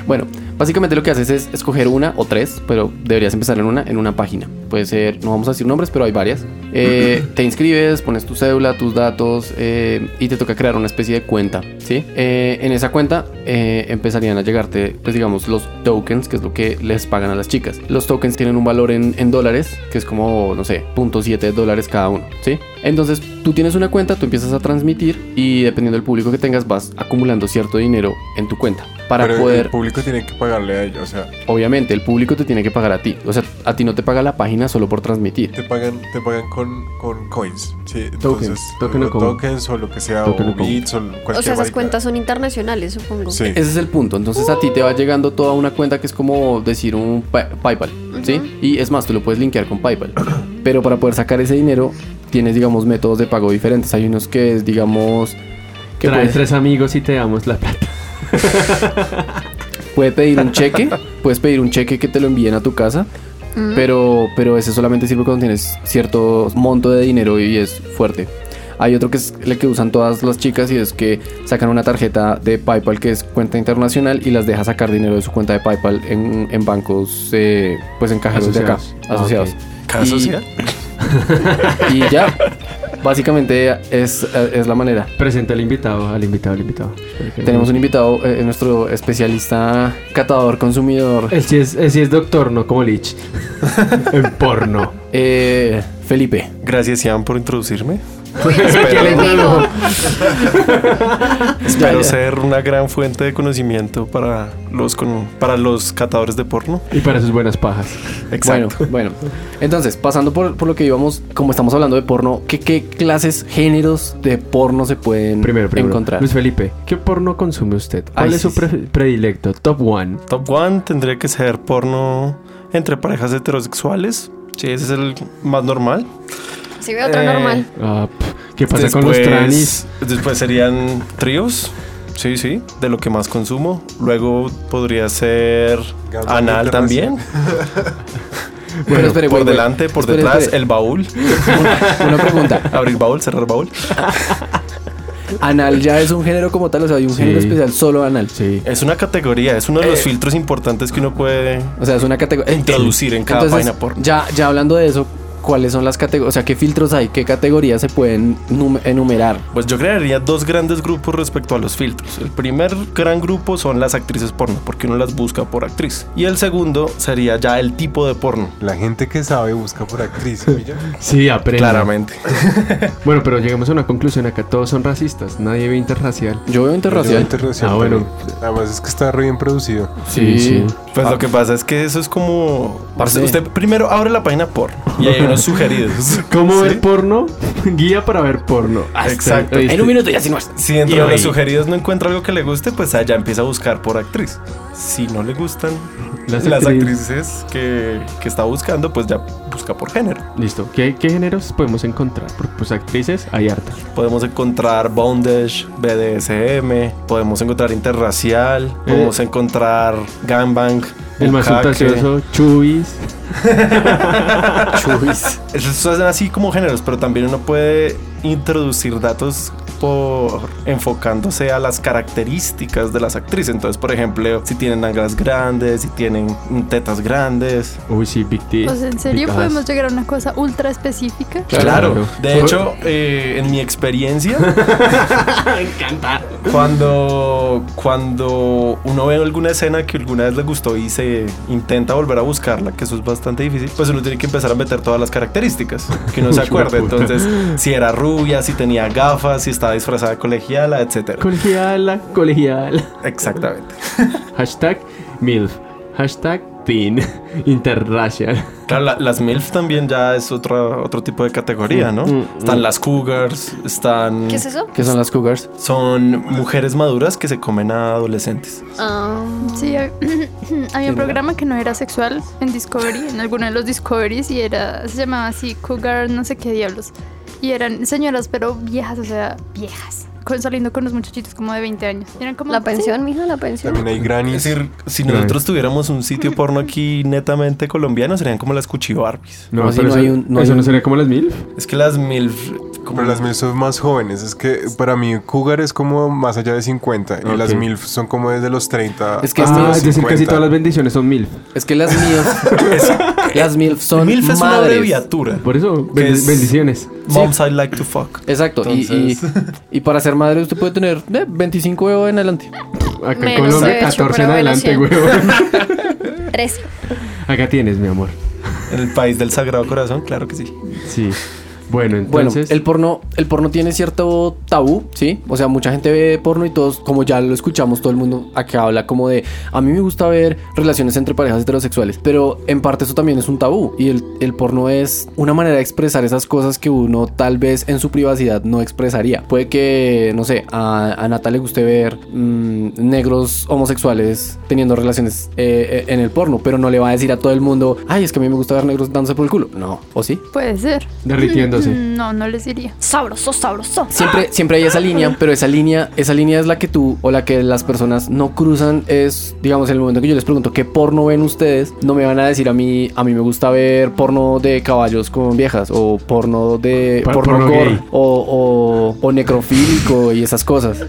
E: Bueno, básicamente lo que haces es escoger una o tres, pero deberías empezar en una, en una página. Puede ser, no vamos a decir nombres, pero hay varias. Eh, te inscribes, pones tu cédula, tus datos eh, y te toca crear una especie de cuenta, ¿sí? Eh, en esa cuenta eh, empezarían a llegarte, pues digamos, los tokens, que es lo que les pagan a las chicas. Los tokens tienen un valor en, en dólares, que es como, no sé, 0.7 dólares cada uno, ¿sí? Entonces, tú tienes una cuenta, tú empiezas a transmitir y dependiendo del público que tengas, vas acumulando cierto dinero en tu cuenta para
G: Pero
E: poder...
G: el público tiene que pagarle a ellos. O sea,
E: Obviamente, el público te tiene que pagar a ti. O sea, a ti no te paga la página solo por transmitir.
G: te pagan, te pagan con, con coins. Sí, entonces,
J: Tokens, token o
G: o
J: coin.
G: tokens o lo que sea,
J: Token
G: o
J: o coin.
G: bits o cualquier
H: O sea, esas
G: maricada.
H: cuentas son internacionales, supongo.
G: Sí.
E: Ese es el punto. Entonces a ti te va llegando toda una cuenta que es como decir un pa- PayPal, ¿sí? Y es más, tú lo puedes linkear con PayPal. Pero para poder sacar ese dinero tienes, digamos, métodos de pago diferentes. Hay unos que es, digamos, que
J: Trae
E: puedes,
J: tres amigos y te damos la plata.
E: puede pedir un cheque, puedes pedir un cheque que te lo envíen a tu casa. Pero, pero ese solamente sirve cuando tienes cierto monto de dinero y es fuerte. Hay otro que es el que usan todas las chicas y es que sacan una tarjeta de PayPal que es cuenta internacional y las deja sacar dinero de su cuenta de PayPal en, en bancos, eh, pues en cajeros de acá,
J: Asociados.
E: asociados.
F: ¿Cada
E: Y-
F: sociedad?
E: Y ya, básicamente es, es la manera.
J: Presenta al invitado, al invitado, al invitado.
E: Tenemos un invitado, eh, nuestro especialista catador, consumidor,
J: Él sí es, él sí es doctor, no como Lich. en porno.
E: eh, Felipe.
F: Gracias, Ian, por introducirme.
H: Digo,
F: Espero ser una gran fuente de conocimiento para los, con- para los catadores de porno.
J: Y para sus buenas pajas.
F: Exacto.
E: Bueno, bueno. Entonces, pasando por, por lo que íbamos, como estamos hablando de porno, ¿qué, qué clases, géneros de porno se pueden
J: Primero, primero.
E: encontrar?
J: Luis Felipe, ¿qué porno consume usted? ¿Cuál
E: Ay,
J: es
E: sí,
J: su pre- predilecto? Top one.
F: Top one tendría que ser porno entre parejas heterosexuales. Sí, ese es el más normal.
H: Si veo otro
F: Eh,
H: normal.
J: Ah, pff, ¿Qué
E: Pues
J: pasa con los tranis?
F: Después serían tríos. Sí, sí, de lo que más consumo. Luego podría ser
G: Gambas
F: anal también.
E: Pero espere,
F: por
E: güey, güey.
F: delante, por
E: Espere,
F: detrás,
E: espere.
F: el baúl.
E: Una, una pregunta.
F: Abrir baúl, cerrar baúl.
E: ¿Anal ya es un género como tal? O sea, hay un
J: Sí.
E: género especial solo anal.
J: Sí.
F: Es una categoría, es uno de
E: Eh,
F: los filtros importantes que uno puede
E: O sea, es una categoría.
F: Introducir en cada
E: Entonces,
F: página porno.
E: Ya, ya hablando de eso, ¿cuáles son las categorías? O sea, ¿qué filtros hay? ¿Qué categorías se pueden num- enumerar?
F: Pues yo crearía dos grandes grupos respecto a los filtros. El primer gran grupo son las actrices porno, porque uno las busca por actriz. Y el segundo sería ya el tipo de porno.
G: La gente que sabe busca por actriz. mira.
J: Sí, aprende.
F: Claramente.
J: Bueno, pero llegamos a una conclusión acá. Todos son racistas. Nadie ve interracial.
E: Yo veo
G: Yo
E: interracial.
G: internacional
J: Ah, bueno.
G: también. Además es que está re bien producido.
E: Sí, sí.
F: Pues lo que pasa es que eso es como...
E: Parce.
F: Usted primero abre la página porno y hay unos sugeridos.
J: ¿Cómo
F: Sí.
J: ver porno? Guía para ver porno. Hasta-
F: Exacto.
J: ¿oíste?
E: En un minuto ya si no es.
F: Si dentro de
J: ahí.
F: los sugeridos no encuentra algo que le guste, pues allá empieza a buscar por actriz. Si no le gustan
J: Las
E: Pues
F: las,
J: actrices.
F: actrices que, que está buscando, pues ya busca por género.
J: Listo. ¿Qué, qué géneros podemos encontrar? Porque pues actrices hay harta.
F: Podemos encontrar bondage, BDSM, podemos encontrar interracial,
E: Eh.
F: podemos encontrar gangbang.
J: El más
F: bukkake.
J: sustancioso, chubis.
F: Esos son así como géneros, pero también uno puede introducir datos por enfocándose a las características de las actrices. Entonces, por ejemplo, si tienen nalgas grandes, si tienen tetas grandes.
J: Uy, sí, Big T.
K: O sea, Pues, ¿en serio
J: Big ass.
K: podemos llegar a una cosa ultra específica?
J: Claro.
F: Claro. De hecho, eh, en mi experiencia. Cuando, cuando uno ve alguna escena que alguna vez le gustó y se intenta volver a buscarla, que eso es bastante difícil, pues uno tiene que empezar a meter todas las características que uno se acuerde. Entonces, si era rubia, si tenía gafas, si estaba disfrazada de colegiala, etcétera.
J: Colegiala, colegiala.
F: Exactamente.
J: Hashtag MILF. Hashtag Teen. Interracial.
F: Claro, la- las MILF también ya es otro, otro tipo de categoría, ¿no? Están las cougars, están...
H: ¿Qué es eso?
E: ¿Qué son las cougars?
F: Son mujeres maduras que se comen a adolescentes.
H: Ah,
K: Sí, hab- había un programa que no era sexual en Discovery, en alguno de los Discoveries, y era, se llamaba así Cougar, no sé qué diablos. Y eran señoras, pero viejas, o sea, viejas. Con, saliendo con unos muchachitos como de 20 años. Y eran como,
H: la pensión, mija, la
G: También
H: pensión.
G: hay
F: Es
G: grannies.
F: decir, si nosotros tuviéramos un sitio porno aquí netamente colombiano, serían como las cuchibarbies.
E: No, así
J: pero
E: no
J: eso,
E: hay un- no hay
J: eso no
E: un-
J: sería como las MILF.
F: Es que las mil... Como
G: Pero las MILF son más jóvenes. Es que para mí Cougar es como más allá de 50. Y las
J: Ok.
G: MILF son como desde los 30
E: Es que
G: hasta
E: es-
J: Ah,
G: los
J: es decir, casi
G: 50.
J: todas las bendiciones son MILF.
E: Es que las MILF, las MILF son
F: MILF es una
E: madres.
F: abreviatura.
J: Por eso, ben-
F: es-
J: bendiciones.
F: Moms I like to fuck.
E: Exacto. y- y- Y, para ser madre usted puede tener eh, 25 euros en adelante.
J: Acá en
H: Menos
J: Colombia,
H: ocho,
J: 14
H: pero
J: en
H: bueno,
J: adelante,
H: cien.
J: huevón.
H: Tres.
J: Acá tienes, mi amor.
F: En el país del Sagrado Corazón, claro que sí.
J: Sí. Bueno,
E: Bueno,
J: entonces.
E: el porno, el porno tiene cierto tabú, ¿sí? O sea, mucha gente ve porno y todos, como ya lo escuchamos, todo el mundo acá habla como de, a mí me gusta ver relaciones entre parejas heterosexuales, pero en parte eso también es un tabú y el, el porno es una manera de expresar esas cosas que uno tal vez en su privacidad no expresaría. Puede que, no sé, a, a Nata le guste ver mm, negros homosexuales teniendo relaciones eh, eh, en el porno, pero no le va a decir a todo el mundo, ay, es que a mí me gusta ver negros dándose por el culo. No, ¿o sí?
K: Puede ser.
L: lo sé.
K: Mm, No, no les diría.
H: Sabroso, sabroso.
F: Siempre, siempre hay esa línea, pero esa línea, esa línea es la que tú o la que las personas no cruzan. Es, digamos, en el momento que yo les pregunto qué porno ven ustedes, no me van a decir a mí, a mí me gusta ver porno de caballos con viejas o porno de
J: Por-
F: porno,
J: porno
F: gore,
J: gay.
F: o, o, o necrofílico y esas cosas.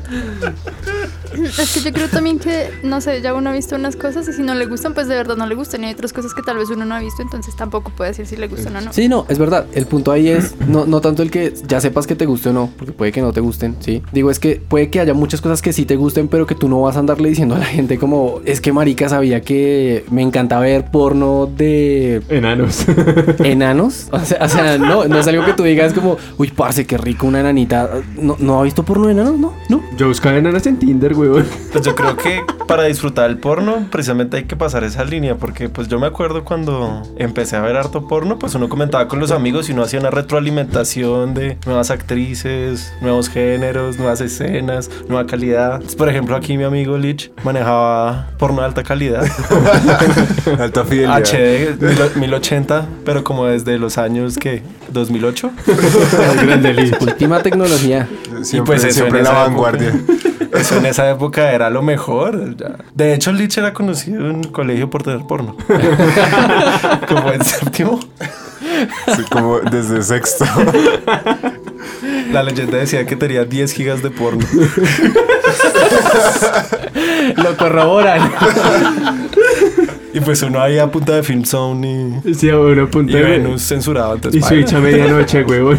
K: Es que yo creo también que, no sé, ya uno ha visto unas cosas y si no le gustan, pues de verdad no le gustan. Y hay otras cosas que tal vez uno no ha visto, entonces tampoco puede decir si le gustan o no.
F: Sí, no, es verdad. El punto ahí es no, no tanto el que ya sepas que te guste o no, porque puede que no te gusten, sí. Digo, es que puede que haya muchas cosas que sí te gusten, pero que tú no vas a andarle diciendo a la gente como, es que marica sabía que me encanta ver porno de
J: Enanos.
F: enanos. O sea, o sea, no, no es algo que tú digas como, uy, parce, qué rico una enanita. ¿No, no ha visto porno de enanos? No, no.
J: Yo buscaba enanas en Tinder, weón.
E: Pues yo creo que para disfrutar el porno, precisamente hay que pasar esa línea, porque pues yo me acuerdo cuando empecé a ver harto porno, pues uno comentaba con los amigos y uno hacía una retroalimentación de nuevas actrices, nuevos géneros, nuevas escenas, nueva calidad. Entonces, por ejemplo, aquí mi amigo Lich manejaba porno de alta calidad,
G: Alta fidelidad.
E: HD mil- 1080, pero como desde los años que 2008.
F: Última tecnología.
G: Siempre,
E: pues eso,
G: siempre
E: en
G: la
E: esa
G: vanguardia.
E: Eso en esa época era lo mejor. ya. De hecho, Lich era conocido en el colegio por tener porno. Como en séptimo,
G: Sí, como desde sexto.
E: la leyenda decía que tenía 10 gigas de porno.
F: Lo corroboran.
E: Y pues uno ahí a punta de Film Zone
J: Sí, a una
E: y,
J: punta
E: y
J: de-
E: Venus censurado. Entonces,
J: Y Switch a medianoche, weón.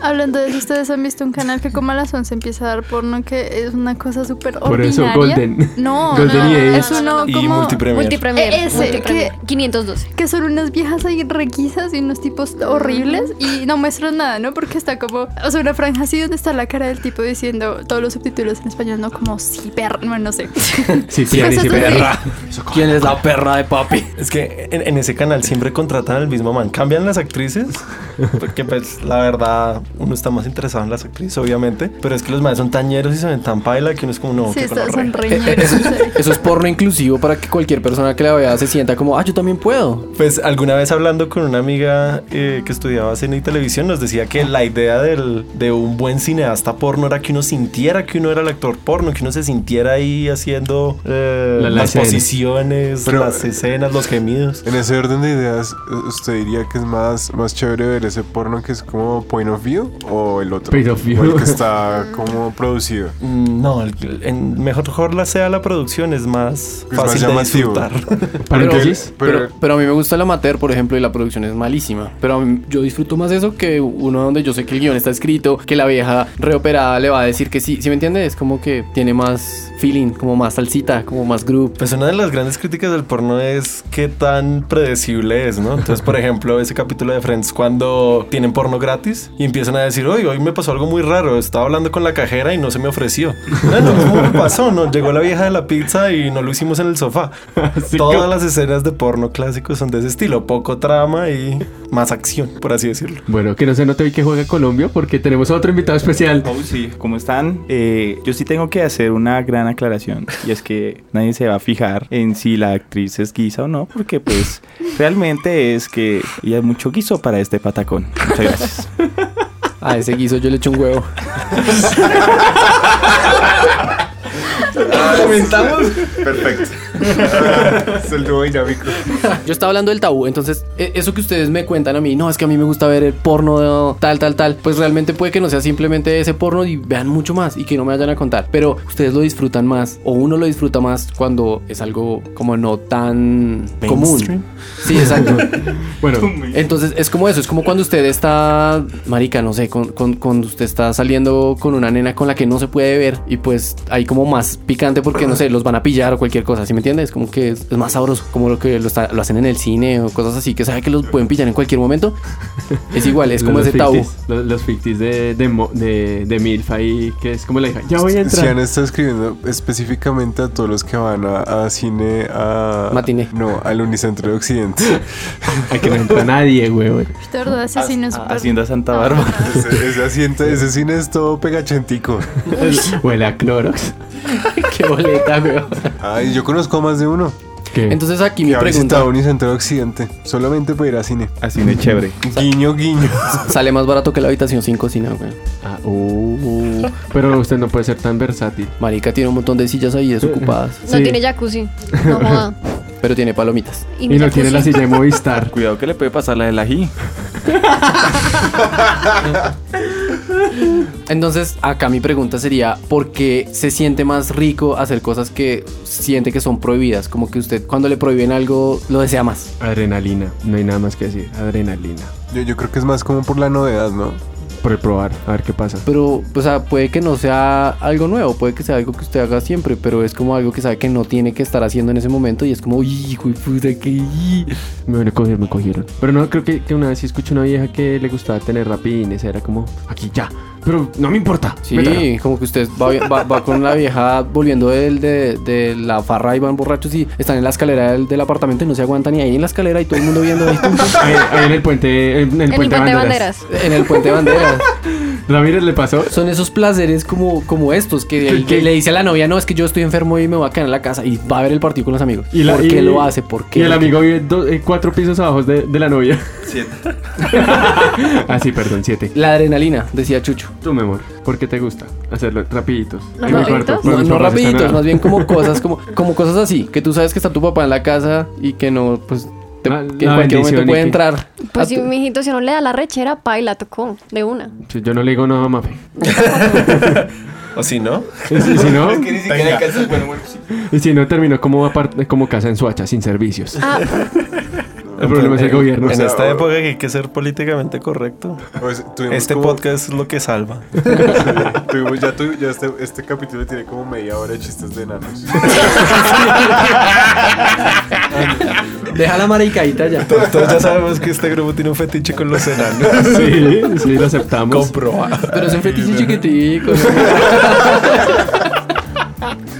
K: Hablando de eso, ustedes han visto un canal que como a las 11 empieza a dar porno, que es una cosa súper
J: Por
K: ordinaria.
J: eso, Golden.
K: No,
J: Golden
K: no,
J: y Ace.
K: es uno
E: y
K: como...
E: multipremier.
H: Multipremier.
K: Eh, ese,
H: multipremier.
K: que-
H: 512.
K: que son unas viejas ahí requisas y unos tipos horribles y no muestran nada, ¿no? Porque está como, o sea, una franja así donde está la cara del tipo diciendo todos los subtítulos en español, no como sí, perra, no, no sé.
J: Sí, sí,
K: Cosas
J: sí,
K: así.
J: perra.
F: ¿Quién es la perra de papi?
E: Es que en, en ese canal siempre contratan al mismo man. Cambian las actrices, porque pues la verdad uno está más interesado en las actrices, obviamente. Pero es que los manes son tañeros y se ven tan paila que uno es como, no,
K: sí,
E: qué
K: estas
E: gonorrea.
K: son reñeras. no sé.
F: Eh, Eso es porno inclusivo para que cualquier persona que la vea se sienta como, ah, yo también puedo.
E: Pues alguna vez hablando con una amiga eh, que estudiaba cine y televisión nos decía que la idea del- de un buen cineasta porno era que uno sintiera que uno era el actor porno, que uno se sintiera ahí haciendo eh,
J: La- la
E: las
J: escena.
E: posiciones,
G: Pero-
E: las escenas, los gemidos.
G: En ese orden de ideas, ¿usted diría que es más, más chévere ver ese porno que es como point of view o el otro?
J: Point of view.
G: O el que está como producido.
E: Mm, No, el- en mejor la sea la producción es más
G: Es más
E: fácil de
G: llamativo.
E: disfrutar.
J: Paréntesis.
G: Pero-
F: Pero, pero a mí me gusta el amateur, por ejemplo, y la producción es malísima. Pero a mí- yo disfruto más eso que uno donde yo sé que el guión está escrito, que la vieja reoperada le va a decir que sí. ¿Sí me entiendes? Es como que tiene más feeling, como más salsita, como más group.
E: Pues una de las grandes críticas del porno es qué tan predecible es, ¿no? Entonces, por ejemplo, ese capítulo de Friends cuando tienen porno gratis y empiezan a decir, oye, hoy me pasó algo muy raro, estaba hablando con la cajera y no se me ofreció. No, no, ¿cómo me pasó? No, llegó la vieja de la pizza y no lo hicimos en el sofá. Todas las escenas de porno clásicos son de ese estilo, poco trama y más acción, por así decirlo.
J: Bueno, que no se note hoy que juega Colombia porque tenemos a otro invitado especial.
M: Oh, sí, ¿cómo están? Eh, yo sí tengo que hacer una gran aclaración y es que nadie se va a fijar en si la actriz es guisa o no, porque pues realmente es que ella es mucho guiso para este patacón. Muchas gracias.
F: A ese guiso yo le echo un huevo.
G: Perfecto. es el nuevo dinámico.
F: Yo estaba hablando del tabú, entonces e- eso que ustedes me cuentan a mí, no, es que a mí me gusta ver el porno de tal, tal, tal, pues realmente puede que no sea simplemente ese porno y vean mucho más y que no me vayan a contar, pero ustedes lo disfrutan más o uno lo disfruta más cuando es algo como no tan común. Sí, exacto.
J: Bueno,
F: Entonces es como eso, es como cuando usted está, marica, no sé, con, con- cuando usted está saliendo con una nena con la que no se puede ver y pues hay como más picante porque no sé, los van a pillar o cualquier cosa, ¿sí me entiendes? Como que es, es más sabroso, como lo que lo, está- lo hacen en el cine o cosas así que sabe que los pueden pillar en cualquier momento. Es igual, es como
J: los
F: ese tabú.
J: fictis, Los, los fictis de, de, Mo- de, de Milf ahí, que es como la hija. Ya voy a entrar.
G: Sian está escribiendo específicamente a todos los que van a, a cine a.
F: Matiné.
G: No, al Unicentro de Occidente.
J: A que no entra nadie, güey.
K: De verdad, ese sí no es súper-
M: Haciendo Santa Bárbara.
G: ese, ese asiento- ese cine es todo pegachentico.
J: Huele a Clorox.
F: Qué boleta, weón.
G: Ay, yo conozco a más de uno.
A: ¿Qué?
E: Entonces aquí mi
G: Que ha
E: pregunta,
G: visitado un y centro de occidente. Solamente para ir a cine.
N: Así de chévere.
G: Guiño, guiño.
E: sale más barato que la habitación sin cocina, güey.
J: Ah, uh, uh. Pero usted no puede ser tan versátil.
E: Marica tiene un montón de sillas ahí desocupadas,
H: No
J: Sí.
H: tiene jacuzzi. No joda.
E: pero tiene palomitas.
H: Y,
J: Y no tiene la silla de Movistar.
N: Cuidado que le puede pasar la del ají.
E: Entonces, acá mi pregunta sería, ¿por qué se siente más rico hacer cosas que siente que son prohibidas? Como que usted cuando le prohíben algo lo desea más.
J: Adrenalina. No hay nada más que decir. Adrenalina.
G: Yo, yo creo que es más como por la novedad, ¿no?
J: Por el probar. A ver qué pasa.
E: Pero, o sea, puede que no sea algo nuevo, puede que sea algo que usted haga siempre, pero es como algo que sabe que no tiene que estar haciendo en ese momento y es como, "Uy, hijo de puta, que...
J: Me cogieron, me cogieron. Pero no, creo que, que una vez sí escuché una vieja que le gustaba tener rapidines. Era como, aquí ya. Pero no me importa.
E: Sí,
J: métalo.
E: como que usted va, va- va con la vieja volviendo del- de, de la farra y van borrachos y están en la escalera del, del apartamento y no se aguantan ni ahí en la escalera y todo el mundo viendo ahí, tum, tum,
J: Ahí, ahí en el puente, en,
H: En
J: en el
H: el
J: puente
H: puente de
J: Banderas.
H: banderas.
E: en el puente de banderas.
J: Ramírez le pasó.
E: Son esos placeres como, como estos que, el-
J: ¿Qué?
E: le dice a la novia, no, es que yo estoy enfermo y me voy a quedar en la casa y va a ver el partido con los amigos.
J: Y la-
E: ¿Por
J: y-
E: qué lo hace? ¿Por qué?
J: Y el amigo vive do- eh, cuatro pisos abajo de, de la novia. Siete. ah, sí, perdón, siete.
E: La adrenalina, decía Chucho.
J: Tu amor, ¿por qué te gusta hacerlo rapiditos?
H: ¿Los
J: En mi
H: rapiditos?
J: cuarto, cuando
E: No,
J: mis
E: no
J: papás están
E: rapiditos,
J: a-
E: más bien como cosas, como, como cosas así, que tú sabes que está tu papá en la casa y que no, pues, te-
J: La-
E: que en
J: la
E: cualquier
J: bendición
E: momento
J: y
E: puede
J: que-
E: entrar. a
H: Pues si
E: tu-
H: mijito, si no le da la rechera, pa, y la tocó. De una.
J: Sí, Yo no le digo no a Mafe.
F: ¿O si no?
J: Y si- y si no,
F: ni siquiera
J: y si no terminó como, apart- como casa en Suacha, sin servicios.
H: Ah,
J: El problema es el gobierno.
F: En
G: sea,
F: esta
G: o-
F: época que hay que ser políticamente correcto.
G: Pues, tuvimos
F: Este
G: como-
F: podcast es lo que salva.
G: tuvimos- ya tu- ya este, este capítulo tiene como media hora de chistes de enanos.
E: Deja la maricaíta ya.
F: Todos ya sabemos que este grupo tiene un fetiche con los enanos.
J: Sí, sí, lo aceptamos.
F: Comprobado.
E: Pero es un fetiche chiquitico.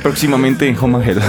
N: Próximamente en Home and Health.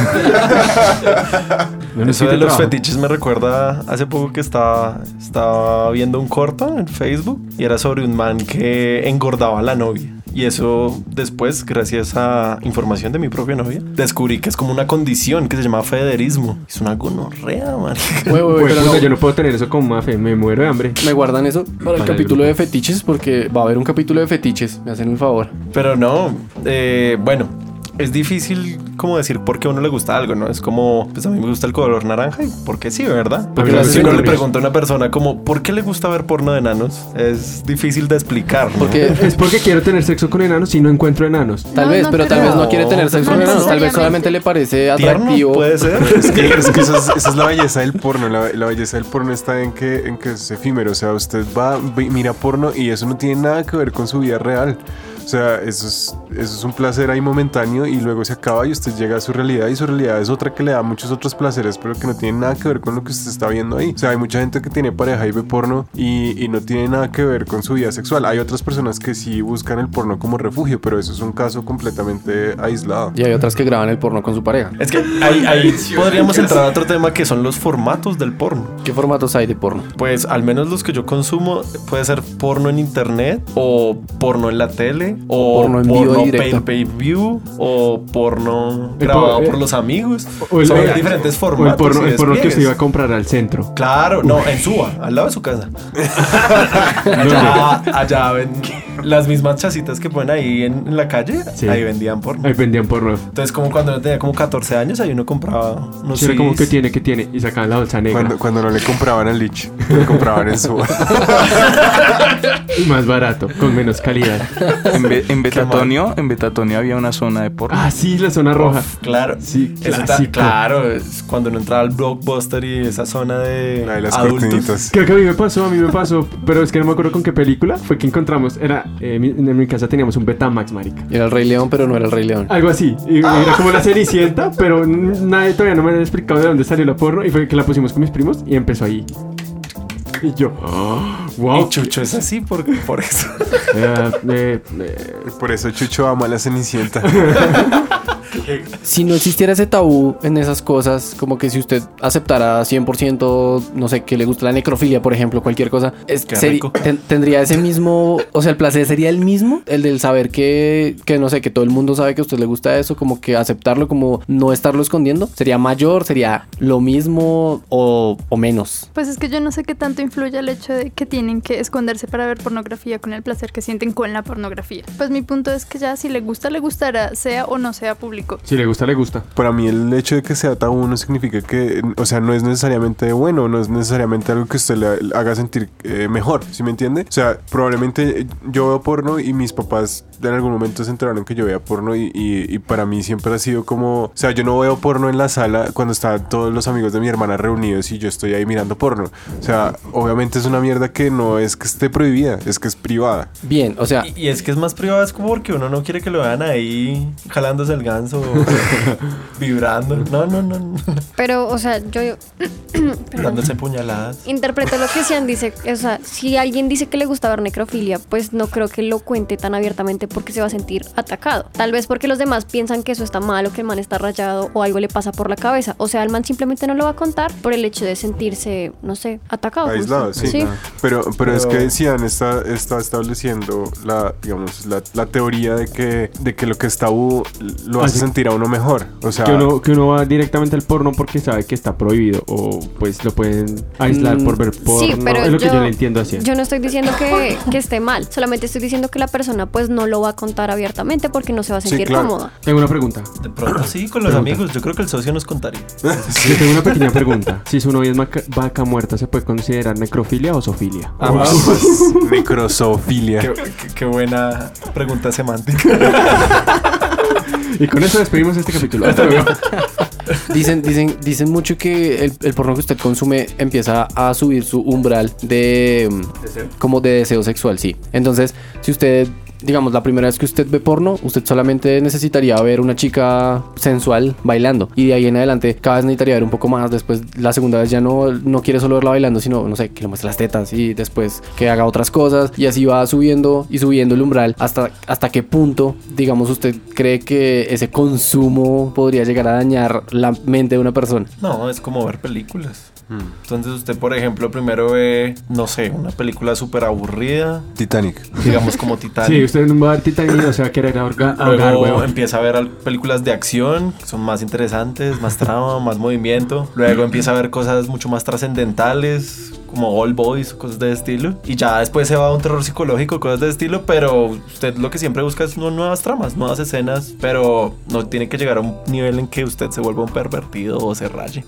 F: Eso
J: No necesito
F: de los
J: trabajo.
F: fetiches me recuerda hace poco que estaba, estaba viendo un corto en Facebook y era sobre un man que engordaba a la novia. Y eso después, gracias a información de mi propia novia, descubrí que es como una condición que se llama federismo. Es una gonorrea, man.
E: Güey, güey,
J: Pues,
E: pero
J: puta,
E: no.
J: Yo no puedo tener eso con Mafe, me muero de hambre.
E: Me guardan eso para el
J: Para el
E: capítulo
J: grupo.
E: de fetiches porque va a haber un capítulo de fetiches. Me hacen un favor.
F: Pero no, eh, bueno, es difícil como decir por qué a uno le gusta algo, ¿no? Es como, pues a mí me gusta el color naranja y porque sí, ¿verdad?
J: Porque
F: Porque
J: lo
F: si
J: hacen
F: uno le
J: colores.
F: pregunta a una persona como, ¿por qué le gusta ver porno de enanos? Es difícil de explicar, ¿no?
E: Porque
J: Es porque quiero tener sexo con enanos y no encuentro enanos.
E: Tal
K: No,
E: vez,
K: no
E: pero tal
K: creo.
E: vez no quiere tener sexo
K: No
E: con enanos, tal vez
K: necesariamente.
E: solamente le parece
F: ¿Tierno?
E: atractivo.
F: Puede ser.
G: Es que, es que eso es- esa es la belleza del porno. La, la belleza del porno está en que, en que es efímero. O sea, usted va, ve- mira porno y eso no tiene nada que ver con su vida real. O sea, eso es, eso es un placer ahí momentáneo y luego se acaba y usted llega a su realidad y su realidad es otra que le da muchos otros placeres, pero que no tiene nada que ver con lo que usted está viendo ahí. O sea, hay mucha gente que tiene pareja y ve porno y, y no tiene nada que ver con su vida sexual. Hay otras personas que sí buscan el porno como refugio, pero eso es un caso completamente aislado.
E: Y hay otras que graban el porno con su pareja.
F: Es que ahí, ahí podríamos entrar a otro tema que son los formatos del porno.
E: ¿Qué formatos hay de porno?
F: Pues al menos los que yo consumo puede ser porno en internet o porno en la tele o
E: Porno en vivo
F: porno
E: directo.
F: pay, pay view o porno
J: El
F: grabado
J: por-
F: por los amigos.
J: O el-
F: Son
J: eh,
F: diferentes
J: o el
F: formatos.
J: porno-
F: y
J: el porno que usted
F: despliegues.
J: iba a comprar al centro.
F: Claro, no, en Suba, al lado de su casa. allá, allá ven las mismas chacitas que ponen ahí en, en la calle,
J: Sí.
F: ahí vendían porno.
J: Ahí vendían porno.
F: Entonces, como cuando yo tenía como 14 años, ahí uno compraba unos
J: Sí, era como que
F: CDs.
J: tiene, que tiene. Y sacaban la bolsa negra.
G: Cuando, cuando no le compraban al Lich, le compraban en su
J: Y más barato, con menos calidad.
N: En, Be- en Betatonio, en Betatonio había una zona de porno.
J: Ah, sí, la zona roja.
F: Claro.
J: Ah, Sí,
F: Eso está-
J: clásico.
F: claro, es cuando uno entraba al blockbuster y esa zona de,
G: La de las
F: adultos.
G: cortinitas.
J: pues. Creo que a mí me pasó, a mí me pasó, pero es que no me acuerdo con qué película fue que encontramos. Era eh, mi- en mi casa teníamos un Betamax, marica.
E: Era el Rey León, pero no era el Rey León.
J: Algo así. Y era como la Cenicienta, pero n- nadie todavía no me había explicado de dónde salió la porno y fue que la pusimos con mis primos y empezó ahí. Y yo, ¡ah!
G: Wow.
F: Y Chucho es así por, por eso.
J: Eh,
G: Por eso Chucho ama a la Cenicienta.
E: Si no existiera ese tabú en esas cosas, como que si usted aceptara 100%, no sé, que le gusta la necrofilia, por ejemplo, cualquier cosa, es,
F: Qué
E: seri-
F: rico.
E: ten- tendría ese mismo, o sea, el placer sería el mismo, el del saber que, que, no sé, que todo el mundo sabe que a usted le gusta eso, como que aceptarlo, como no estarlo escondiendo, sería mayor, sería lo mismo o, o menos.
K: Pues es que yo no sé qué tanto influye el hecho de que tienen que esconderse para ver pornografía con el placer que sienten con la pornografía. Pues mi punto es que ya si le gusta, le gustará, sea o no sea público.
J: Si le gusta, le gusta.
G: Para mí el hecho de que sea tabú no significa que, o sea, no es necesariamente bueno, no es necesariamente algo que usted le haga sentir eh, mejor, ¿sí me entiende? O sea, probablemente eh, yo veo porno y mis papás en algún momento se enteraron que yo veía porno y, y- y para mí siempre ha sido como, o sea, yo no veo porno en la sala cuando están todos los amigos de mi hermana reunidos y yo estoy ahí mirando porno. O sea, obviamente es una mierda que no es que esté prohibida, es que es privada.
E: Bien, o sea,
F: Y, y es que es más privado, es como porque uno no quiere que lo vean ahí jalándose el ganso, vibrando. No, no, no. no.
H: Pero, o sea, yo
F: Dándose puñaladas.
H: interpreto lo que Sean dice. O sea, si alguien dice que le gusta ver necrofilia, pues no creo que lo cuente tan abiertamente porque se va a sentir atacado. Tal vez porque los demás piensan que eso está mal o que el man está rayado o algo le pasa por la cabeza. O sea, el man simplemente no lo va a contar por el hecho de sentirse, no sé, atacado. Ah, justo.
G: aislado, sí. Pero, pero, es que
F: Pero-
G: decían, está, está estableciendo la, digamos, la, la teoría de que, de que lo que es tabú lo
J: Ah,
G: hace
J: sí.
G: sentir a uno mejor. O sea,
J: Que uno, que uno va directamente al porno porque sabe que está prohibido o pues lo pueden aislar
E: Mm,
J: por ver porno.
H: Sí, pero
J: es lo que yo,
H: yo-
J: le entiendo así.
H: Yo no estoy diciendo que, que esté mal, solamente estoy diciendo que la persona pues no lo va a contar abiertamente porque no se va a
G: Sí,
H: sentir
G: claro.
H: cómoda.
J: Tengo una pregunta.
F: De pronto sí, con los
J: Pregunta.
F: amigos. Yo creo que el socio nos contaría.
J: Yo tengo una pequeña pregunta. Si su novia es maca- vaca muerta, ¿se puede considerar necrofilia o zoofilia?
G: necrosofilia.
F: Qué, qué- qué buena pregunta semántica.
J: Y con eso despedimos este capítulo. Hasta luego.
E: Dicen, dicen, dicen mucho que el, el porno que usted consume empieza a subir su umbral de mm, como de deseo sexual, sí. Entonces, si usted, digamos, la primera vez que usted ve porno, usted solamente necesitaría ver una chica sensual bailando. Y de ahí en adelante cada vez necesitaría ver un poco más. Después, la segunda vez ya no, no quiere solo verla bailando, sino, no sé, que le muestre las tetas y después que haga otras cosas. Y así va subiendo y subiendo el umbral hasta, hasta qué punto, digamos, usted cree que ese consumo podría llegar a dañar la mente de una persona.
F: No, es como ver películas. Entonces usted, por ejemplo, primero ve, no sé, una película súper aburrida,
G: Titanic.
F: digamos como Titanic.
J: Sí, usted no va a dar Titanic o se va a querer ahorga- ahogar,
F: Luego
J: weón.
F: empieza a ver al- películas de acción, que son más interesantes, más trama, más movimiento. Luego empieza a ver cosas mucho más trascendentales, como All Boys, cosas de estilo. Y ya después se va a un terror psicológico, cosas de estilo, pero usted lo que siempre busca es nu- nuevas tramas, nuevas escenas, pero no tiene que llegar a un nivel en que usted se vuelva un pervertido o se raye.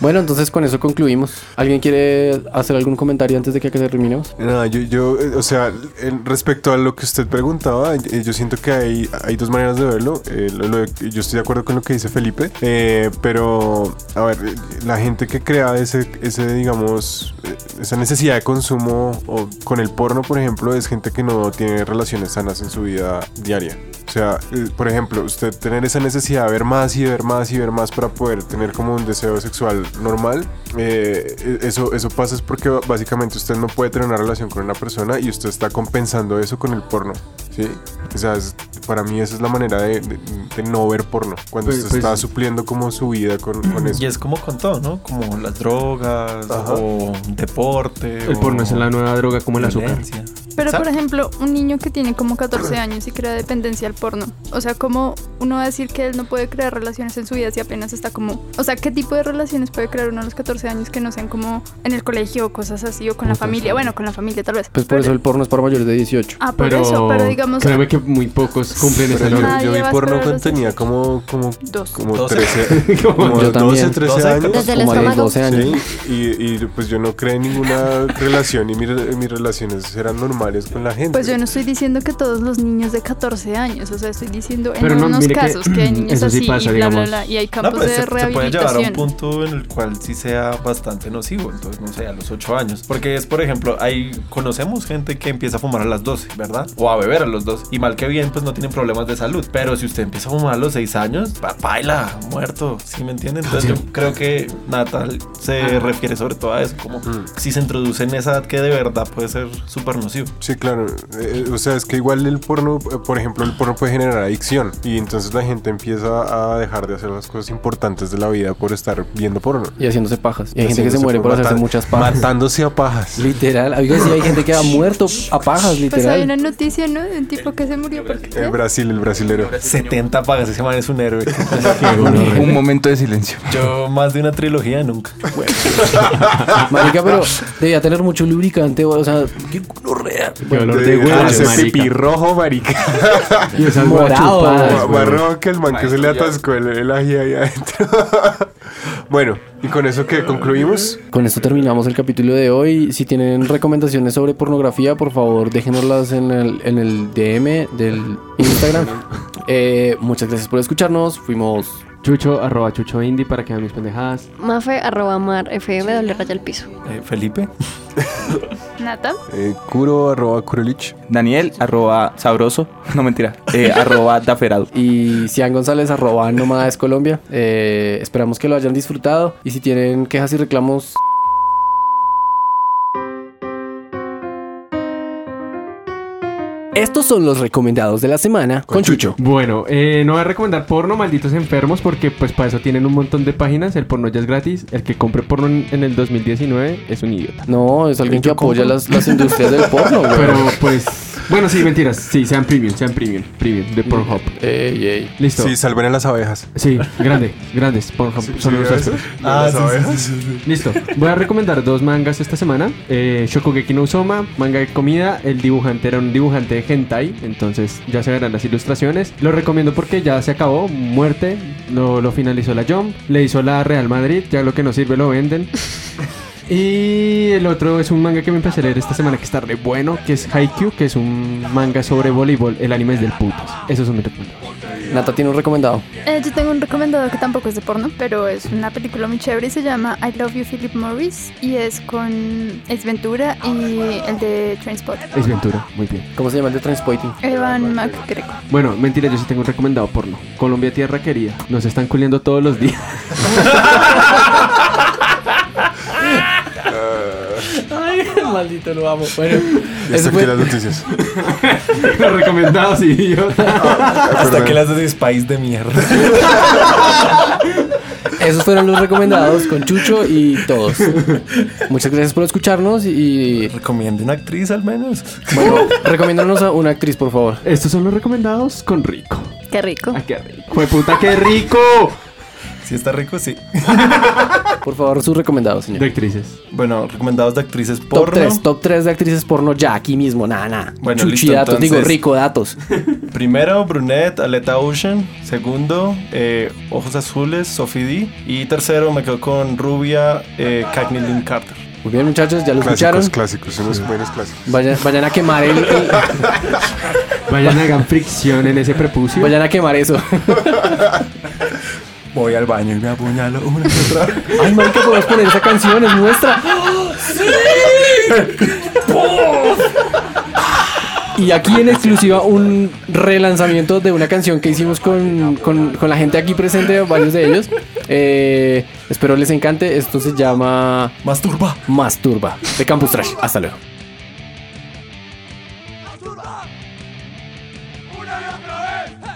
E: Bueno, entonces con eso concluimos. ¿Alguien quiere hacer algún comentario antes de que que terminemos?
G: Nada, yo, yo, eh, o sea, en- respecto a lo que usted preguntaba, eh, yo siento que hay, hay dos maneras de verlo. Eh, lo- lo de- yo estoy de acuerdo con lo que dice Felipe, eh, pero, a ver, eh, la gente que crea ese, ese digamos, eh, esa necesidad de consumo o con el porno, por ejemplo, es gente que no tiene relaciones sanas en su vida diaria. O sea, eh, por ejemplo, usted tener esa necesidad de ver más y ver más y ver más para poder tener como un deseo sexual normal, eh, eh, eso, eso pasa es porque b- básicamente usted no puede tener una relación con una persona y usted está compensando eso con el porno. ¿sí? O sea, es- para mí esa es la manera de, de- de no ver porno, cuando
J: Pues-
G: usted
J: pues
G: está
J: sí.
G: supliendo como su vida con, con eso.
F: Y es como con todo, ¿no? Como las drogas
G: Ajá.
F: o deporte.
J: El porno es la nueva droga como el azúcar.
K: Pero por
F: ¿Sabes?
K: ejemplo, un niño que tiene como 14 años y crea dependencia al porno. O sea, ¿cómo uno va a decir que él no puede crear relaciones en su vida si apenas está como... O sea, ¿qué tipo de relaciones puede crear uno a los 14 años que no sean como en el colegio o cosas así o con la familia? Bueno, con la familia tal vez.
E: Pues por
K: Pero-
E: eso el porno es para mayores de 18.
K: Ah, por
J: Pero,
K: eso, pero digamos... ah.
J: créeme que muy pocos cumplen esa
G: Pero yo,
J: norma.
K: Nadie
G: yo vi
K: va a
G: porno
K: esperar
G: cuando
K: los seis.
G: tenía como, como,
K: Dos.
G: como
F: Doce.
G: 13, como
E: Yo
G: 12,
E: también.
G: 13 años.
H: Desde el
E: Como a los
H: estómago.
E: 12 años.
G: Sí, y, y, pues yo no creé en ninguna relación y mi re- mis relaciones eran
F: usuarios con la gente.
K: Pues yo no estoy diciendo que todos los niños de 14 años, o sea, estoy diciendo en
J: Pero no,
K: unos
J: mire que-
K: casos que, hay niños
J: eso sí
K: así
J: pasa,
K: y bla, bla,
J: digamos.
K: bla, y hay
F: No,
K: campos
F: pues
K: de
F: se, se puede llevar a un
K: rehabilitación.
F: punto en el cual sí sea bastante nocivo, entonces no sé, a los 8 años. Porque es, por ejemplo, hay, conocemos gente que empieza a fumar a las 12, ¿verdad? O a beber a los 12. Y mal que bien, pues no tienen problemas de salud. Pero si usted empieza a fumar a los 6 años, pa- paila, muerto, ¿sí me entienden? Entonces yo creo que Natal se refiere sobre todo a eso, como si se introduce en esa edad que de verdad puede ser súper nocivo.
G: Sí, claro. Eh, o sea, es que igual el porno, eh, por ejemplo, el porno puede generar adicción y entonces la gente empieza a dejar de hacer las cosas importantes de la vida por estar viendo porno.
E: Y haciéndose pajas. Y hay gente que se
G: Haciéndose
E: muere por hacerse
G: matan-
E: muchas pajas.
G: Matándose a pajas.
E: Literal. Oiga, sí, hay gente que ha muerto a pajas,
K: Pues hay
E: literal.
K: una noticia, ¿no? De un tipo que se murió porque...
F: Eh,
G: El Brasil, el brasilero.
F: 70 pagas, ese man es un héroe.
O: Un momento de silencio.
F: Yo más de una trilogía nunca.
E: Marica, pero debía tener mucho lubricante, o sea, qué gonorrea.
J: Qué olor de
G: Te-
J: huevos,
G: ese
J: marica.
G: pipirrojo, marica.
J: Y esas
E: Morado.
J: guachupadas,
G: Más
J: güey.
G: más rojo que el man que se le atascó el, el ají ahí adentro. bueno, y con eso que concluimos.
E: Con esto terminamos el capítulo de hoy. Si tienen recomendaciones sobre pornografía, por favor, déjenoslas en el, en el DM del Instagram. Eh, muchas gracias por escucharnos. Fuimos
J: Chucho, arroba chucho indie para que vean mis pendejadas.
H: Mafe arroba mar fm doble raya al piso.
F: Eh, Felipe.
K: Nata.
G: Eh, curo, arroba curolich.
P: Daniel, arroba sabroso. No mentira. eh, arroba daferado.
E: y Cian González, arroba Nómada es Colombia. Eh, esperamos que lo hayan disfrutado. Y si tienen quejas y reclamos,
Q: Estos son los recomendados de la semana con Chucho.
J: Bueno, eh, no voy a recomendar porno, malditos enfermos, porque pues para eso tienen un montón de páginas. El porno ya es gratis. El que compre porno en, en el 2019 es un idiota.
E: no, es alguien que apoya las, las industrias del porno, güey.
J: Pero pues... Bueno, sí, mentiras. Sí, sean premium, sean premium. Premium, de Pornhub.
E: Ey, ey.
J: Listo.
G: Sí,
J: Mm. Sí,
G: salven a las abejas.
J: grande, grandes. Pornhub. son los
G: ¿Sí,
J: nuestros.
F: Ah,
G: las abejas?
J: Listo. Voy a recomendar dos mangas esta semana. Eh, Shokugeki no Soma, manga de comida. El dibujante era un dibujante de hentai. Entonces ya se verán las ilustraciones. Lo recomiendo porque ya se acabó. Muerte. Lo, lo finalizó la Jump. Le hizo la Real Madrid. Ya lo que no sirve lo venden. Y el otro es un manga que me empecé a leer esta semana que está re bueno, que es Haikyuu, que es un manga sobre voleibol. El anime es del putas. Eso es mi recomendación.
E: Nata tiene un recomendado.
K: Eh, yo tengo un recomendado que tampoco es de porno, pero es una película muy chévere y se llama I Love You Philip Morris y es con Es Ventura y el de Trainspot.
J: Es Ventura, muy bien.
E: ¿Cómo se llama el de Transporting?
K: Evan McGregor.
J: Bueno, mentira, yo sí tengo un recomendado porno. Colombia Tierra Querida. Nos están culiendo todos los días.
E: Maldito, lo amo. Bueno,
G: Y Hasta aquí las noticias.
J: Los recomendados, idiota.
F: Hasta
G: Perdón.
F: que las de país de mierda.
E: esos fueron los recomendados con Chucho y todos. Muchas gracias por escucharnos y
F: Recomiende una actriz al menos.
E: bueno, recomiéndanos a una actriz, por favor.
J: Estos son los recomendados con rico.
H: Qué rico.
J: Ah, qué rico. Fue puta, qué rico.
F: Si está rico, sí.
E: Por favor, sus recomendados, señor.
J: De actrices.
F: Bueno, recomendados de actrices porno.
E: Top 3, top 3 de actrices porno ya aquí mismo, nada, nada.
F: Bueno,
E: Chuchi
F: listo,
E: datos, digo
F: entonces.
E: rico datos.
F: Primero, Brunette, Aleta Ocean. Segundo, eh, Ojos Azules, Sophie D. Y tercero, me quedo con Rubia, eh, Cagney Lynn Carter.
E: Muy bien, muchachos, ya lo escucharon.
G: Clásicos, clásicos, unos buenos clásicos.
E: Vayan, vayan a quemar el, el-
J: Vayan a hagan fricción en ese prepucio.
E: vayan a quemar eso.
F: Voy al baño y me apuñalo una que otra vez.
E: Ay, marica, podemos poner esa canción, es nuestra. Y aquí en exclusiva un relanzamiento de una canción que hicimos con, con- con la gente aquí presente, varios de ellos. Eh, espero les encante. Esto se llama
F: Masturba.
E: Masturba de Campus Trash. Hasta luego.
O: Una y otra vez.